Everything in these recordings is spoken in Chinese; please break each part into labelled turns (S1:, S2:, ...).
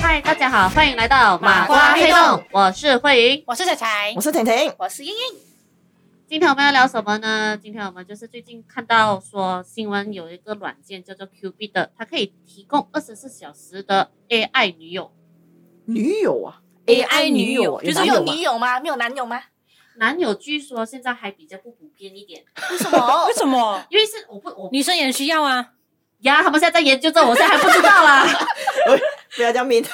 S1: 嗨，大家好，欢迎来到
S2: 麻瓜黑洞，
S1: 我是慧莹。
S2: 我是彩
S3: 哎
S2: 彩
S4: 我，是婷婷，
S2: 我是英英，
S1: 今天我们要聊什么呢？今天我们就是最近看到说新闻有一个软件叫做 Q B 的，它可以提供二十四小时的 AI 女友，
S4: 女友啊
S2: AI 女
S4: 友
S2: 就是有女友吗？没有男友吗？
S1: 男友据说现在还比较不普遍一点，
S2: 为什么
S3: 为？什么？
S1: 因为是我不我
S3: 女生也需要啊，
S1: 呀，他们现在在研究这，我现在还不知道 啦，
S4: 不要这样面，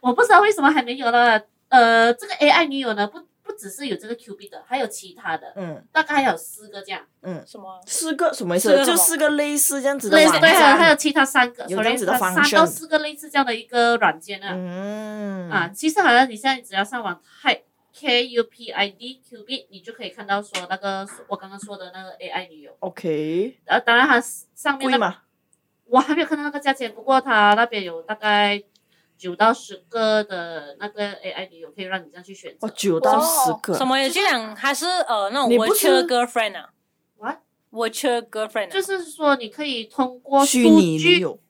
S1: 我不知道为什么还没有呢。呃，这个 AI 女友呢，不不只是有这个 Q B 的，还有其他的，
S4: 嗯，
S1: 大概还有四个这样。
S3: 什么？
S4: 四个什么
S3: 嗯
S4: 意
S3: 四
S4: 思？
S3: 个什
S4: 就
S3: 么
S4: 四个类似这样子的
S1: 对
S4: 网
S1: 对，还有还
S4: 站，
S1: 有其他三个，
S4: 有
S1: sorry，
S4: 这样子的
S1: 它三
S4: function
S1: 到四个类似这样的一个软件啊、
S4: 嗯
S1: 啊，，其实好像你现在只要上网 type K U P I D Q B，你就可以看到说那个我刚刚说的那个 AI 女友，
S4: ，OK，
S1: 呃，当然它上面
S4: 贵
S1: 那
S4: 吗？
S1: 我还没有看到那个价钱，不过它那边有大概九到十个的那个 AI 女友可以让你这样去选择
S4: 哦，。九到十
S3: 什
S4: 个，
S3: 么有些人还是呃那种
S4: 你不是
S3: virtual girlfriend 啊
S1: What？
S3: ，virtual girlfriend 啊
S1: 就是说，你可以通过数
S4: 虚拟女
S1: 据，
S4: 友，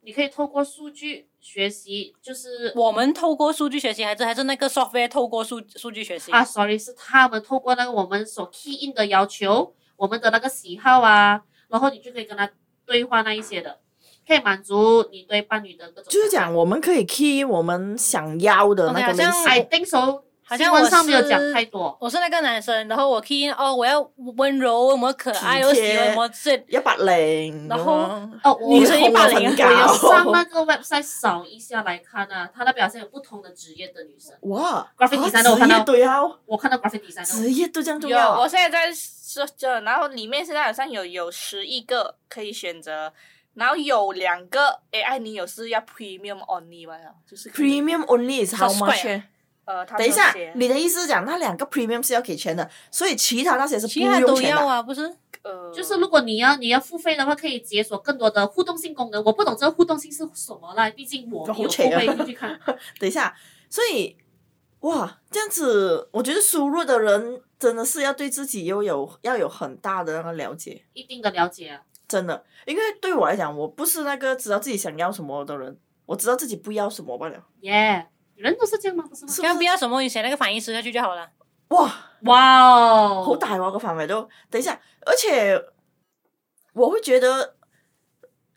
S1: 你可以透过数据学习，就是
S3: 我们透过数据学习，还是还是那个 software 透过数数据学习
S1: 啊，sorry，是他们透过那个我们所 key in 的要求，我们的那个喜好啊，然后你就可以跟他对话那一些的，可以满足你对伴侣的各种。
S4: 就是讲，我们可以 key 我们想要的那个
S3: OK，
S4: 类
S3: 好像
S1: ，I
S4: 型，哎
S1: think so，
S3: 好
S1: 新
S3: 像
S1: 闻
S3: 我
S1: 上没有讲
S3: 是
S1: 太多。
S3: 我是那个男生，然后我 key in 哦，我要温柔，我要可爱，
S4: 体
S3: 我
S4: 贴
S3: 喜欢我这
S4: 一百零，
S3: 然后
S4: 后
S1: 哦，我
S3: 女生一百零
S4: 很
S3: 啊
S1: 我有上那
S4: 高，
S1: 个 website 扫一下来看啊，它那表现有不同的职业的女生，
S4: 哇
S1: graphic
S4: 啊
S1: designer，我
S4: 职
S1: 看到
S4: 业对啊，
S1: 我看到 graphic design
S4: 职业都这样重
S2: 有，
S4: 要
S2: 我
S4: 啊，
S2: 现在在说这，然后里面现在好像有有十一个可以选择，然后有两个 AI 女友是要 Premium only 吧，就是可以
S4: Premium only is how much？
S2: 呃，他
S4: 等一
S2: 们
S4: 下
S2: 写，
S4: 你的意思是讲那两个 premium 是要给钱的，所以其他那些是不
S3: 其他
S4: 用
S3: 都
S4: 钱的
S3: 要。啊，不是？
S2: 呃，
S1: 就是如果你要你要付费的话，可以解锁更多的互动性功能。我不懂这个互动性是什么啦，毕竟我没有
S4: 好
S1: 付
S4: 浅啊
S1: 费进去看。
S4: 等一下，所以哇，这样子，我觉得输入的人真的是要对自己又有要有很大的那个了解，
S1: 一定的了解啊。
S4: 真的，因为对我来讲，我不是那个知道自己想要什么的人，我知道自己不要什么罢了。
S1: 耶、人都是这样吗？不是吗？
S3: 要不要什么？你写那个反义词下去就好了。
S4: 哇，
S1: 哇哦，
S4: 好大哦，个范围都。等一下，而且我会觉得，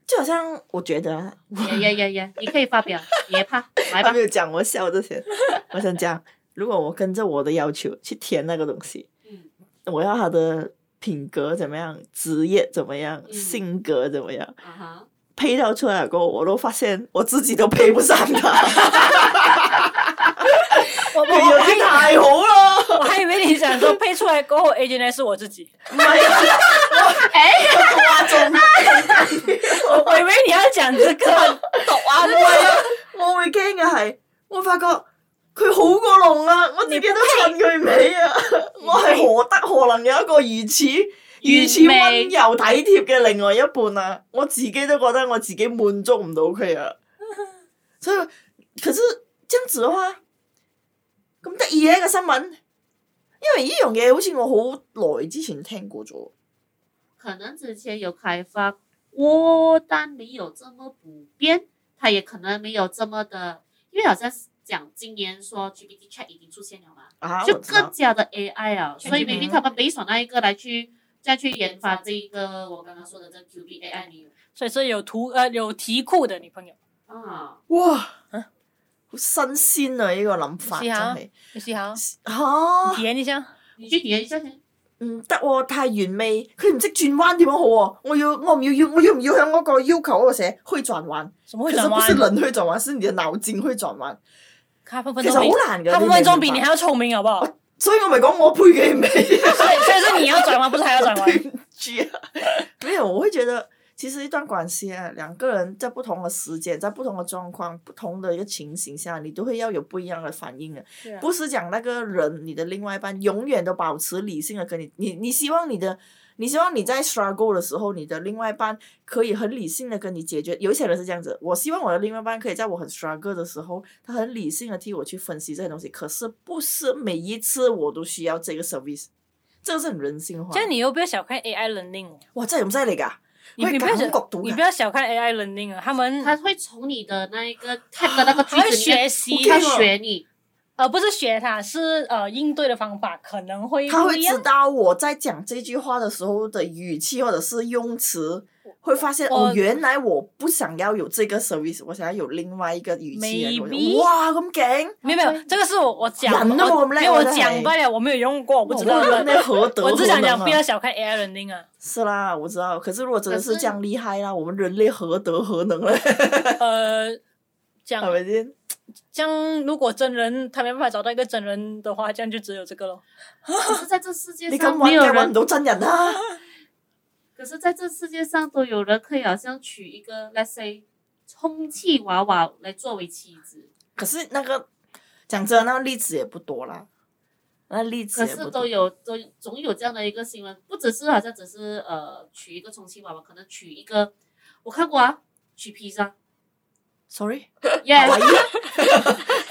S4: 就好像我觉得啊
S1: 耶耶耶 耶！你可以发表，别怕，来
S4: 还
S1: 吧
S4: 没。有讲，我笑之前，我想讲，如果我跟着我的要求去填那个东西，
S1: 嗯
S4: 我要他的品格怎么样，职业怎么样，
S1: 嗯
S4: 性格怎么样，
S1: 啊哈，
S4: 配到出来过后，我都发现我自己都配不上他，
S3: 我我
S4: 朋友
S3: 我
S4: 就
S3: 还
S4: 太好 咯，
S3: 我还以为你想说配出来过后 A 原来是我自 己，
S4: 唔係
S1: 哎，
S4: 啊，仲
S3: 我我以为你要讲这个，
S2: 懂啊
S4: 唔，係啊，我會驚嘅係，我發覺佢好過龍啊，我自己都襯佢尾 啊，我係何德何能有一個如此如此温柔體貼嘅另外一半啊，我自己都覺得我自己滿足唔到佢 啊，所以可是這樣子嘅話，咁得意嘅一個新聞，因為呢樣嘢好似我好耐之前聽過咗，
S1: 可能之前有开发过，但没有这么普遍，它也可能没有这么的，因为好像是讲今年说 GPT Chat 已经出现了嘛，
S4: 啊，
S1: 就
S4: 我知道
S1: 更加的 AI 啊，所以
S4: ChatGPT
S1: maybe 他们没选那一个来去再去研发这一个我刚刚说的这 Q B AI 女友
S3: 所以是有图呃有题库的女朋友，
S1: 啊，
S4: 哇，好新鮮啊！呢、個諗法
S3: 試
S4: 真
S3: 下
S4: 係
S3: 你喜好
S4: 嚇。
S3: 体验一下。
S1: 你去体验一下
S4: 嗯
S1: 先。
S4: 唔得喎，太完美，佢唔識轉彎點樣好喎、我要我唔要要，我要唔要向嗰個要求嗰個寫去轉彎？
S3: 什么会
S4: 其實
S3: 转
S4: 不是
S3: 弯？
S4: 人去轉彎，是你嘅腦筋去轉彎。
S3: 他分分
S4: 其
S3: 钟
S4: 實
S3: 比
S4: 好難嘅，
S3: 他分分钟比你
S4: 明唔明
S3: 还要聪明，好不好？
S4: 所以我咪講我配嘅美。
S3: 所以所以是你要转弯，不是他要转弯。
S4: G 啊，没有，我会觉得其实一段关系啊，两个人在不同的时间、在不同的状况、不同的一个情形下，你都会要有不一样的反应的。
S3: 对啊
S4: 不是讲那个人，你的另外一半永远都保持理性的跟你，你你希望你的。你希望你在 struggle 的时候，你的另外一半可以很理性的跟你解决。有一些人是这样子，我希望我的另外一半可以在我很 struggle 的时候，他很理性的替我去分析这些东西。可是不是每一次我都需要这个 service，这个是很人性化的。
S3: 这样你又不要小看 AI 能力哦，
S4: 哇！真係咁犀利㗎！
S3: 你你不要
S4: 会感觉到的
S3: 你不要小看 AI learning 啊，他们
S1: 他会从你的那一个 tag 的那个句
S3: 他会
S1: 子里面
S3: 学习，
S1: 他学 你，
S3: 呃，不是学他，是呃应对的方法可能会
S4: 他
S3: 不
S4: 会
S3: 一
S4: 知
S3: 样。
S4: 道我在讲这句话的时候的语气或者是用词，会发现
S3: 我
S4: 哦，原来我不想要有这个 service，我想要有另外一个语气啊。
S3: Maybe
S4: 哇，咁勁！
S3: 没有没有，这个是我我讲，
S4: 人都
S3: 我
S4: 冇咁叻
S3: 没有我
S4: 我真係
S3: 讲过了，我没有用过，我不知道。
S4: 人类何德
S3: 我只想讲，
S4: 何能啊
S3: 不要小看 AI learning 啊，
S4: 是啦，我知道。可是如果真的
S1: 可
S4: 是
S1: 是
S4: 这样厉害啦，我们人类何德何能嘞？
S3: 呃，这样
S4: 係咪先？
S3: 这样，如果真人他没办法找到一个真人的话，这样就只有这个咯。
S1: 可是在这世界
S4: 你
S1: 上
S4: 咁
S1: 没
S4: 玩
S1: 有
S4: 嘅玩唔
S1: 人，
S4: 到真人
S3: 啊
S4: 啦、
S1: 可是在这世界上都有人可以好像娶一个 let's say 充气娃娃来作为妻子，
S4: 可是那个讲真的，那个例子也不多啦，那例子
S1: 可
S4: 也不
S1: 是
S4: 多
S1: 都。有都总有这样的一个新闻，不只是好像只是呃娶一个充气娃娃，可能娶一个，我看过啊，娶披 萨
S4: Sorry，哎
S1: ，yeah，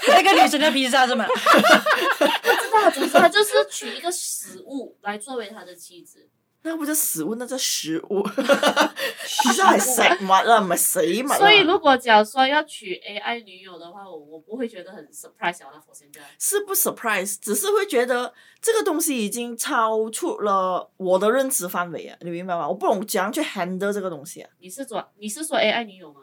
S3: 那个女生的披萨 是吗？
S1: 那总之他就是娶一个食物来作为他的妻子，
S4: 那個不叫食物，那叫食 物。其实係食物啊，唔係死物啊。
S1: 所以如果假如说要娶 AI 女友的话，我我不会觉得很 surprise 啊，那我现在。
S4: 是不 surprise，只是会觉得这个东西已经超出了我的认知范围啊，你明白吗？我不懂怎样去 handle 这个东西啊。
S1: 你是说你是说 AI 女友吗？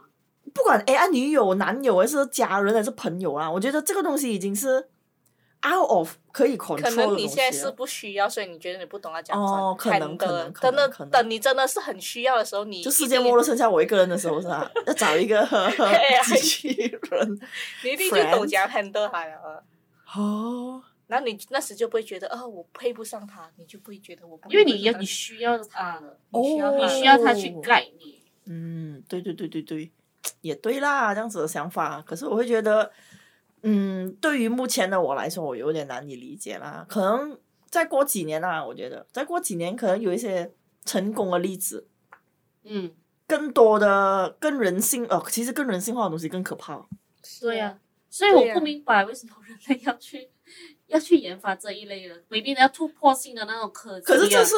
S4: 不管哎 AI 女友、男友还是家人还是朋友啊，我觉得这个东西已经是 out of 可以 control
S2: 可
S4: 的
S2: 能
S4: 东西
S2: 你
S4: 了。
S2: 现在是不需要，所以你觉得你不懂要讲真
S4: 哦可能
S2: 看
S4: 可
S2: 的
S4: 能可
S2: 真的
S4: 能可能
S2: 等你真的是很需要的时候，你
S4: 就
S2: 一
S4: 世
S2: 定
S4: 界末日剩下我一个人的时候是吧？要找一 个
S2: 哎
S4: 机器 人
S2: 你一定就
S4: friend
S2: 懂讲 handle 他了。
S4: 哦。
S2: 然后你那时就不会觉得，哦，我配不上他，你就不会觉得我不
S1: 因为你
S2: 要
S1: 要你需要他了，
S4: 哦
S2: 需要
S1: 啊你
S2: 他
S1: 需要他去 guide 你。
S4: 嗯，对对对对对，也对啦，这样子的想法。可是我会觉得，嗯，对于目前的我来说，我有点难以理解啦。可能再过几年啊，我觉得再过几年，可能有一些成功的例子，
S1: 嗯，
S4: 更多的更人性哦，其实更人性化的东西更可怕。
S1: 对呀、
S2: 啊
S1: 所以我
S2: 对呀
S1: 不明白为什么人类要去要去研发这一类的，每天要突破性的那种科技、啊。
S4: 可是这是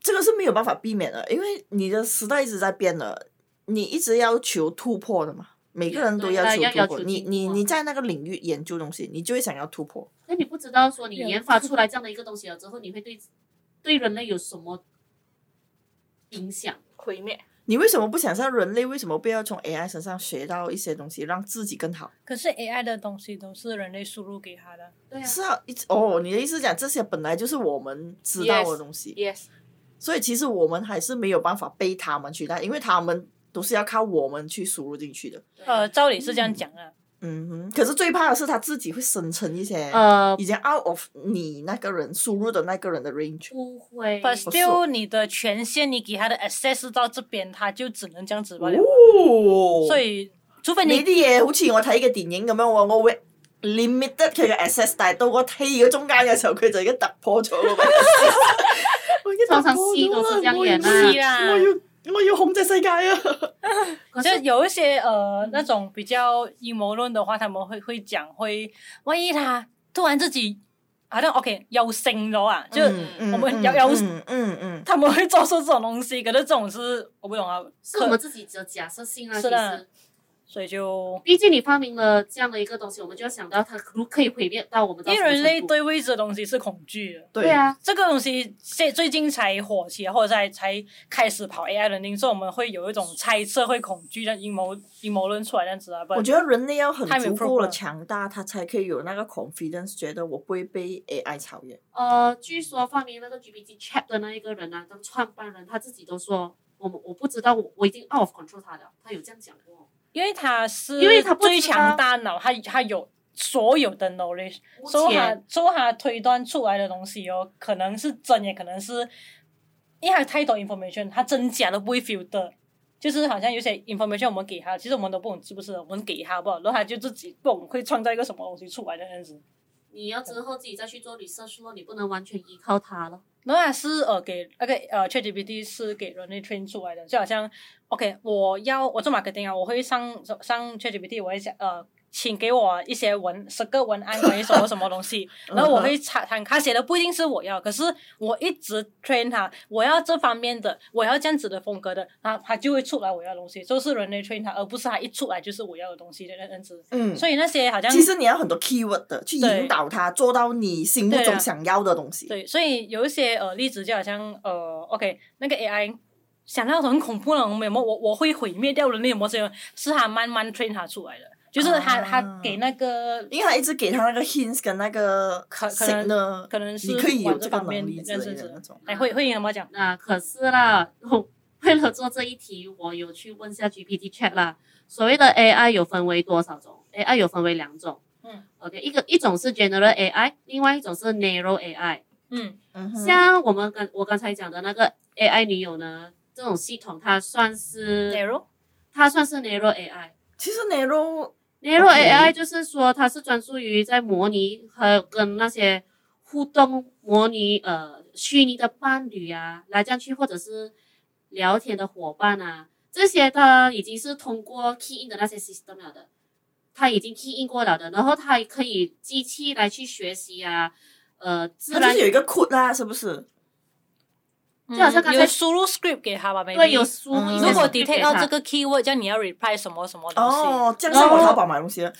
S4: 这个是没有办法避免的，因为你的时代一直在变的，你一直要求突破的嘛。每个人都
S1: 对大家
S4: 求
S1: 要
S4: 突破，
S1: 求
S4: 你
S1: 进
S4: 你
S1: 步啊
S4: 你在那个领域研究东西，你就会想要突破。
S1: 那你不知道说你研发出来这样的一个东西了之后，你会对对人类有什么影响？
S2: 毁灭。
S4: 你为什么不想像人类？为什么不要从 AI 身上学到一些东西，让自己更好？
S3: 可是 AI 的东西都是人类输入给他的，
S1: 对呀、
S4: 是啊，一直哦，你的意思讲这些本来就是我们知道的
S2: Yes
S4: 东西
S2: Yes，
S4: 所以其实我们还是没有办法被他们取代，因为他们都是要靠我们去输入进去的。
S3: 呃，照理是这样讲啊，
S4: 嗯哼，可是最怕的是他自己会生成一些
S1: 呃，
S4: 已经 out of 你那个人输入的那个人的 range。
S1: 不会，
S3: But
S4: 是
S3: still，你的权限你给他的 access 到这边，他就只能这样子罢了。
S4: 哦
S3: 所以，除非
S4: 呢
S3: 你
S4: 啲嘢好似我睇嘅電影咁樣喎，我我會 limit 佢嘅 access，但係到我睇嘅中間嘅時候，佢就已經突破咗嗰個 access。我已經突
S1: 通常
S4: 破
S1: 戲都是
S4: 咗
S1: 這
S4: 啦
S1: 樣
S4: 我要
S1: 演啊
S3: 是啊
S4: 我要我要控制世界啊！
S1: 可
S3: 就是有一些呃那种比较阴谋论的话，他们会会讲会，万一他突然自己好像 OK 有升咗啊，就、
S4: 嗯
S3: 我們
S4: 嗯
S3: 有有
S4: 嗯嗯嗯，
S3: 他们会做出这种东西。可是这种是我不懂啊，
S1: 是我们自己的假设性啊，
S3: 是
S1: 其
S3: 的
S1: 实。
S3: 所以就
S1: 毕竟你发明了这样的一个东西，我们就要想到它如可以毁灭到我们到
S3: 因
S1: 什
S3: 为
S1: 么
S3: 人类
S1: 程度。
S3: 对未知的东西是恐惧的。
S1: 对啊，
S3: 这个东西最最近才火起来，或者才才开始跑 AI 人灵，所以我们会有一种猜测，会恐惧，像阴谋阴谋论出来这样子啊。不
S4: 我觉得人类要很
S3: 太没
S4: 足
S3: problem
S4: 够
S3: 了
S4: 的强大，他才可以有那个 confidence，觉得我不会被 AI 超越。
S1: 呃，据说发明那个 GPT Chat 的那一个人呢、啊，当创办人他自己都说，我们我不知道，我我已经 out of control 他了，他有这样讲过。
S3: 因为他是
S1: 因为他不知道
S3: 最强大脑，他他有所有的 knowledge，
S1: 目
S3: 所以他
S1: 前
S3: 所以他推断出来的东西哦，可能是真，也可能是，因为他太多 information，他真假都不会 filter。就是好像有些 information 我们给他，其实我们都不懂是不是，我们给他好不好，然后他就自己不懂会创造一个什么东西出来的样子。
S1: 你要之后自己再去做 research 咯，你不能完全依靠它了。
S3: 然后它是呃给那个呃 ChatGPT 是给人类 train 出来的，就好像 OK，我要我做 marketing 啊，我会上上 ChatGPT，我会想呃请给我一些文十个文案关于什么什么东 西，
S4: 嗯
S3: 然后我会查看他写的不一定是我要，可是我一直 train 他，我要这方面的，我要这样子的风格的，他他就会出来我要的东西，就是人类 train 他，而不是他一出来就是我要的东西的那样子。
S4: 嗯，
S3: 所以那些好像
S4: 其实你要很多 keyword 的去
S3: 对
S4: 引导他做到你心目
S3: 对啊
S4: 中想要的东西。
S3: 对，所以有一些呃例子就好像呃，OK，那个 AI 想到很恐怖的我们有没有我我会毁灭掉人类有没有这样，是他慢慢 train 他出来的，就是他、他
S4: 啊
S3: 给那个
S4: 因为他一直给他那个 hints 跟那个
S3: 可可
S4: signal，
S3: 可能是
S4: 你可以有
S3: 往
S4: 这
S3: 这
S4: 个
S3: 方面
S4: 能力之
S3: 认识
S4: 类的那
S3: 者，
S4: 种。
S3: 哎，会会怎么讲？
S1: 那可是啦， 我为了做这一题，我有去问下 GPT Chat 啦。所谓的 AI 有分为多少种？AI 有分为两种。
S3: 嗯
S1: ，OK，一个一种是 General AI，另外一种是 Narrow AI。
S3: 嗯
S4: 嗯哼
S1: 像我们刚我刚才讲的那个 AI 女友呢，这种系统它算
S4: 嗯
S1: 是
S3: ，narrow，
S1: 它算是 Narrow AI。
S4: 其实 narrow
S1: Narrow
S4: OK
S1: AI 就是说它是专注于在模拟和跟那些互动模拟呃虚拟的伴侣啊来这样去，或者是聊天的伙伴啊，这些它已经是通过 key in 的那些 system 了的，它已经 key in 过了的，然后它也可以机器来去学习啊，呃，自
S4: 它
S1: 然
S4: 就是有一个 code 啦，是不是？
S3: 就
S1: 好像刚才
S3: 嗯有输入 script 给他吧，
S1: 对有。输入
S4: 嗯
S1: 一些
S3: 如果
S1: script
S3: detect
S1: 给
S3: 到
S1: 它
S3: 这个 keyword，这样你要 reply 什么什么东西、
S4: 哦，这样上我淘宝买东西了。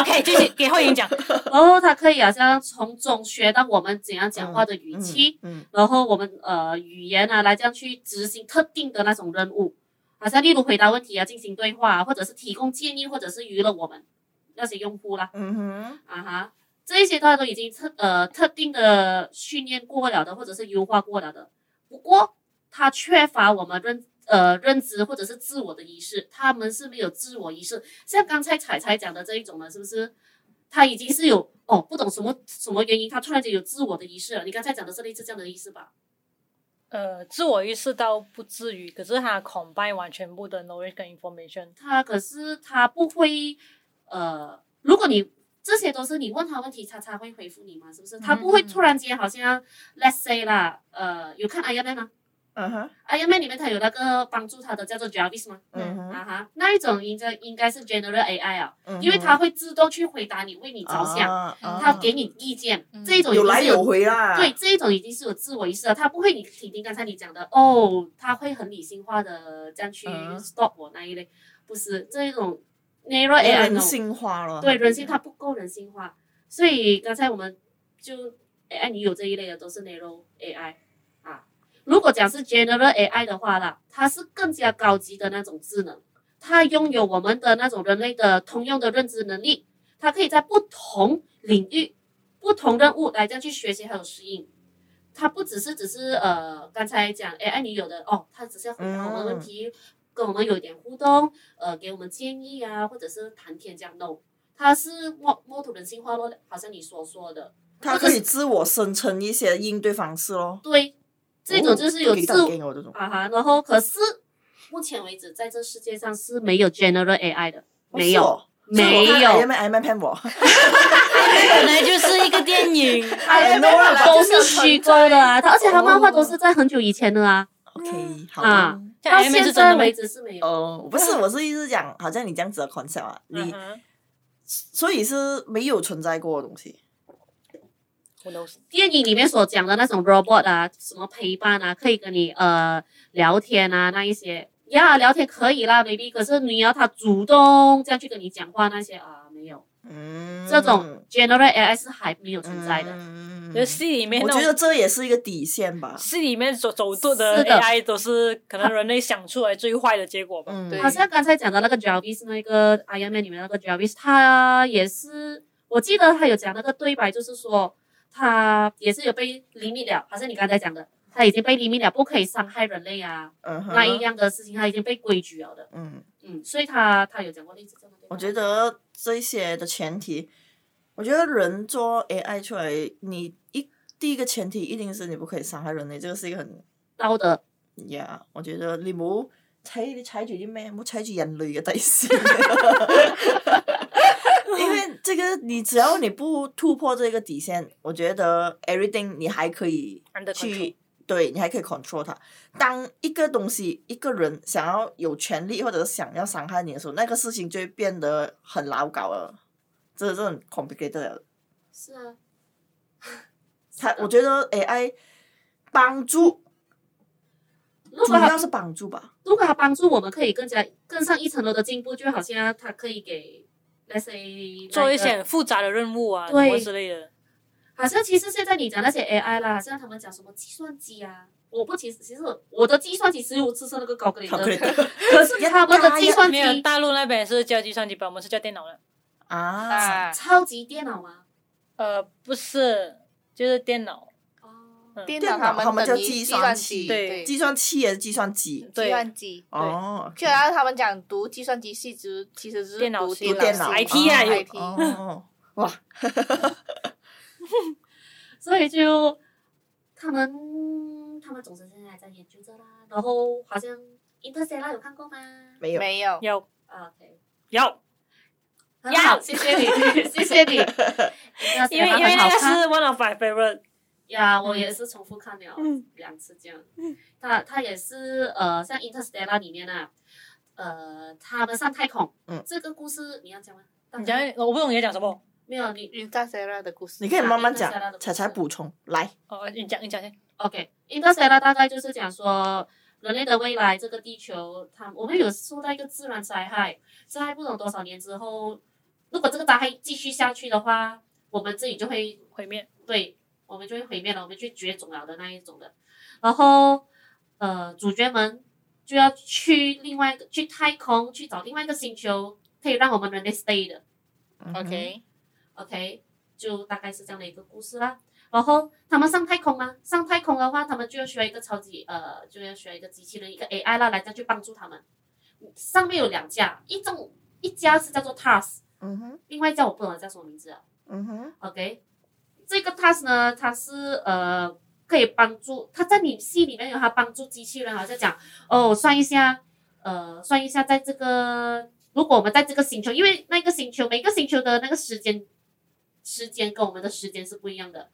S3: o k 继续给慧莹讲。
S1: 然后它哦可以好像从中学到我们怎样讲话的语气。
S4: 嗯，嗯，
S1: 然后我们呃语言啊来这样去执行特定的那种任务，好像例如回答问题啊、进行对话、啊，或者是提供建议，或者是娱乐我们那些用户啦，
S4: 嗯哼，
S1: 啊哈，这一些它都已经特呃特定的训练过了的，或者是优化过了的。不过它缺乏我们认呃认知或者是自我的意识，他们是没有自我意识。像刚才彩彩讲的这一种呢，是不是？他已经是有哦，不懂什么什么原因，他突然间有自我的意识了。你刚才讲的是类似这样的意思吧？
S3: 呃，自我意识到不至于，可是他 combine 完全部的 knowledge 跟 information，
S1: 他可是他不会，呃，如果你这些都是你问他问题，他才会回复你嘛，是不是？他
S4: 嗯
S1: 不会突然间好像，let's say 啦，呃，有看 Iron Man 吗
S4: 嗯哼，
S1: ？Iron Man 里面他有那个帮助他的叫做 Jarvis 吗？
S4: 嗯哼，
S1: 啊哈，那一种应该应该是 General AI 啊，
S4: 嗯哼
S1: 因为他会自动去回答你，为你着想，
S4: 啊啊
S1: 他给你意见，
S2: 嗯
S1: 这一种已
S4: 有
S1: 经
S4: 来
S1: 是
S4: 有回啦。
S1: 对，，这一种已经是有自我意识了，他不会你婷婷刚才你讲的哦，他会很理性化的这样去
S4: 嗯
S1: stop 我那一类，不是这一种 narrow AI
S4: 人
S1: no，
S4: 性化
S1: 哎
S4: 了。
S1: 对人性它不够人性化，所以刚才我们就 AI 女友这一类的都是 narrow AI 啊，如果讲是 general AI 的话啦，它是更加高级的那种智能，它拥有我们的那种人类的通用的认知能力，它可以在不同领域、不同任务来这样去学习还有适应。它不只是只是呃，刚才讲 AI 女友的哦，它只是要回答我们问
S4: 嗯
S1: 题，跟我们有一点互动，呃，给我们建议啊，或者是谈天这样 no，它是摸摸土人性化咯，好像你所说的，
S4: 他可以自我生成一些应对方式咯。
S1: 对，这种就是有
S4: 哦
S1: 自、
S4: 都给我这种，
S1: 啊哈，然后可是目前为止，在这世界上是没有 general AI 的，没
S4: 是
S1: 有，
S4: 哦
S1: 没
S4: 是我看
S1: 有，
S4: ，I M M 我，
S3: 本来就是一个电影。
S1: 哎
S4: I know 啦
S1: 都是虚构的啊，它而且它漫画都是在很久以前的啊，
S4: OK，好。
S1: 啊到
S3: 像 M
S1: 现
S3: 是
S1: 在
S3: 真的没
S1: 为止是没有，
S4: 哦，不是，我是意思讲，好像你这样子的 concept 啊，
S3: 嗯
S4: 你所以是没有存在过的东西。
S3: 我都是
S1: 电影里面所讲的那种 robot 啊，什么陪伴啊，可以跟你呃聊天啊那一些，呀、聊天可以啦，baby，可是你要它主动这样去跟你讲话那些啊，没有，
S4: 嗯，
S1: 这种 general AI 是还没有存在的。
S4: 嗯
S3: 就是戏里面
S4: 我
S3: 那
S4: 觉
S3: 种
S4: 得这也是一个底线吧。
S3: 戏里面所走做
S1: 是
S3: 的
S1: 的
S3: AI 都是可能人类想出来最坏的结果吧。
S4: 嗯，
S2: 对
S1: 好像刚才讲的那个 Jarvis，那个 Iron Man 里面那个 Jarvis，他也是，我记得他有讲那个对白，就是说他也是有被 limit 了，好像你刚才讲的，他已经被 limit 了，不可以伤害人类啊，
S4: 嗯哼
S1: 那一样的事情他已经被规矩了的，
S4: 嗯，
S1: 嗯，所以他他有讲过类似这样的对白。
S4: 我觉得这些的前提，我觉得人做 AI 出来，你一第一个前提一定是你不可以伤害人类，这个是一个很
S1: 道德，
S4: 呀我覺得你冇睇你踩住啲咩，冇踩住人類嘅底線。 因為這個，你只要你不突破這個底線，我覺得 everything 你還可以
S3: Under control
S4: 去对你还可以 control 它。当一个东西、一个人想要有权利或者想要伤害你的时候，那个事情就会变得很老搞了，这这很 complicated 了。
S1: 是啊，
S4: 它我觉得 AI 帮助，
S1: 如
S4: 主
S1: 果他
S4: 要是帮助吧。
S1: 如果他帮助我们可以更加更上一层楼的进步，就好像他可以给 let's say
S3: 做一
S1: 那个
S3: 些很复杂的任务啊，什
S1: 对
S3: 么之类的。
S1: 好像其实现在你讲那些 AI 啦，好像他们讲什么计算机啊，我不其实其实我我的计算机实我只是那个高格林的，
S4: Calculator
S1: 可是他们的计算
S3: 没有，
S1: 机
S3: 大陆那边是叫计算机吧，我们是叫电脑的。
S4: 啊，
S2: 啊，
S1: 超级电脑吗？
S3: 呃，不是，就是电脑。
S1: 哦，
S3: 嗯
S2: 电
S4: 电
S2: 脑
S4: 脑他
S2: 们
S4: 们
S2: 等
S4: 叫
S2: 于
S4: 计
S2: 计
S4: 算
S2: 算
S4: 器
S2: 机
S3: 对
S2: 对
S4: 计算器也是计算机
S3: 对
S2: 计算机。
S4: 哦。
S2: 就然后他们讲读计算机系，其实其实是
S3: 电脑
S2: 读
S3: 系
S4: 电
S2: 脑
S4: 脑
S2: 系
S3: IT 啊
S2: 哦
S3: 有
S2: IT
S4: 哦哦，哇，
S1: 所以就他们他们总是现在还在研究着啦，然后好像 Interstellar 有看过吗？
S4: 没有，
S2: 没有
S3: 要
S1: 啊，OK，
S3: 要，
S1: 很好，
S3: 要
S1: 谢谢你，谢谢你。
S3: 因为因为那个是 one of my favorite。
S1: 呀，
S3: 嗯
S1: 我也是重复看了两次这样。他他也是呃，像 Interstellar 里面啊，呃，他们上太空，
S4: 嗯
S1: 这个故事你要讲吗？
S3: 你讲，我不懂你在讲什么。
S1: 没有你
S2: 云大 s a 的故事，
S4: 你可以慢慢
S1: 啊，Interstellar
S4: 讲
S1: 的，故
S4: 彩彩
S1: 事
S4: 补充来。
S3: 哦，你讲你讲先。
S1: OK，Interstellar 大概就是讲说人类的未来，这个地球，它我们有受到一个自然灾害，灾害不懂多少年之后，如果这个灾害继续下去的话，我们这里就会
S3: 毁灭。
S1: 对，我们就会毁灭了，我们就绝种了的那一种的。然后，呃，主角们就要去另外一个去太空去找另外一个星球，可以让我们人类 stay 的。
S4: 嗯哼
S2: OK，
S1: OK，就大概是这样的一个故事啦。然后他们上太空吗？上太空的话，他们就要需要一个超级呃，就要需要一个机器人，一个 AI 啦，来再去帮助他们。上面有两架，一种一家是叫做 TAS，
S4: 嗯哼，
S1: 另外一家我不懂叫什么名字啊。
S4: 嗯哼，
S1: OK，这个 task 呢，它是呃可以帮助，它在你戏里面有它帮助机器人，好像讲哦算一下，呃算一下在这个如果我们在这个星球，因为那个星球每个星球的那个时间时间跟我们的时间是不一样的，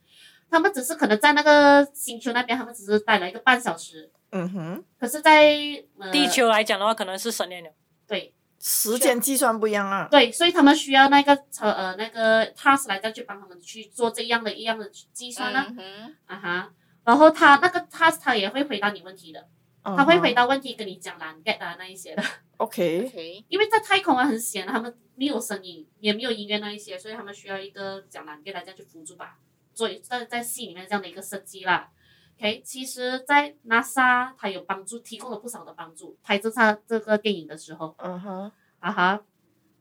S1: 他们只是可能在那个星球那边，他们只是待了一个半小时，
S4: 嗯哼，
S1: 可是在、呃、
S3: 地球来讲的话，可能是十年了。
S1: 对
S4: 时间计算不一样啊。
S1: 对，所以他们需要那个呃那个 task 来再去帮他们去做这样的一样的计算呢、
S2: 嗯哼，
S1: 啊哈，然后他那个 task 他也会回答你问题的，他会回
S4: 答。
S1: 答问题跟你讲难 get 啊那一些的，
S4: 嗯 OK，
S2: OK，
S1: 因为在太空啊很显然他们没有声音，也没有音乐那一些，所以他们需要一个讲难 get 来这样去辅助吧，所以在在戏里面这样的一个设计啦。OK，其实，在 NASA 它有帮助，提供了不少的帮助，拍这它这个电影的时候。
S4: 嗯哼，
S1: 啊哈，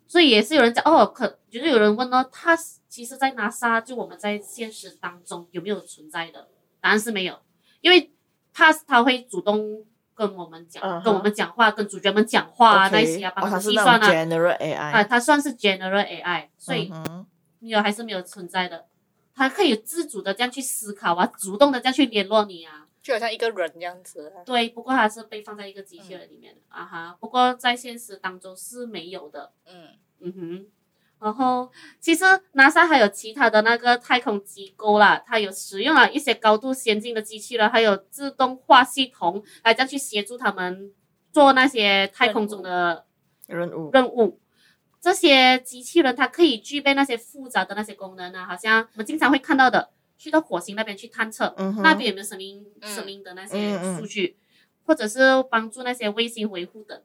S1: 所以也是有人讲哦，可就是有人问呢，它其实，在 NASA 就我们在现实当中有没有存在的？答案是没有，因为它它会主动跟我们讲
S4: 嗯哼
S1: 跟我们讲话，跟主角们讲话啊
S4: OK
S1: 那些啊，帮
S4: 哦，
S1: 我
S4: 它
S1: 们
S4: 是
S1: 计
S4: 那
S1: 算
S4: 种
S1: 啊，
S4: general
S1: 啊，
S4: AI，
S1: 它算是 general AI，所以
S4: 嗯哼
S1: 没有还是没有存在的，它可以自主的这样去思考啊，主动的这样去联络你啊，
S2: 就好像一个人这样子，啊
S1: 对，不过它是被放在一个机
S4: 嗯
S1: 器人里面的、啊哈，不过在现实当中是没有的。
S2: 嗯，
S1: 嗯哼，然后其实 NASA 还有其他的那个太空机构啦，它有使用了一些高度先进的机器人，还有自动化系统来这样去协助他们做那些太空中的
S4: 任务。
S1: 任务。这些机器人它可以具备那些复杂的那些功能啊，好像我们经常会看到的，去到火星那边去探测，
S4: 嗯哼，
S1: 那边有没有生命
S2: 嗯
S1: 生命的那些
S4: 嗯嗯
S1: 数据，或者是帮助那些卫星维护等，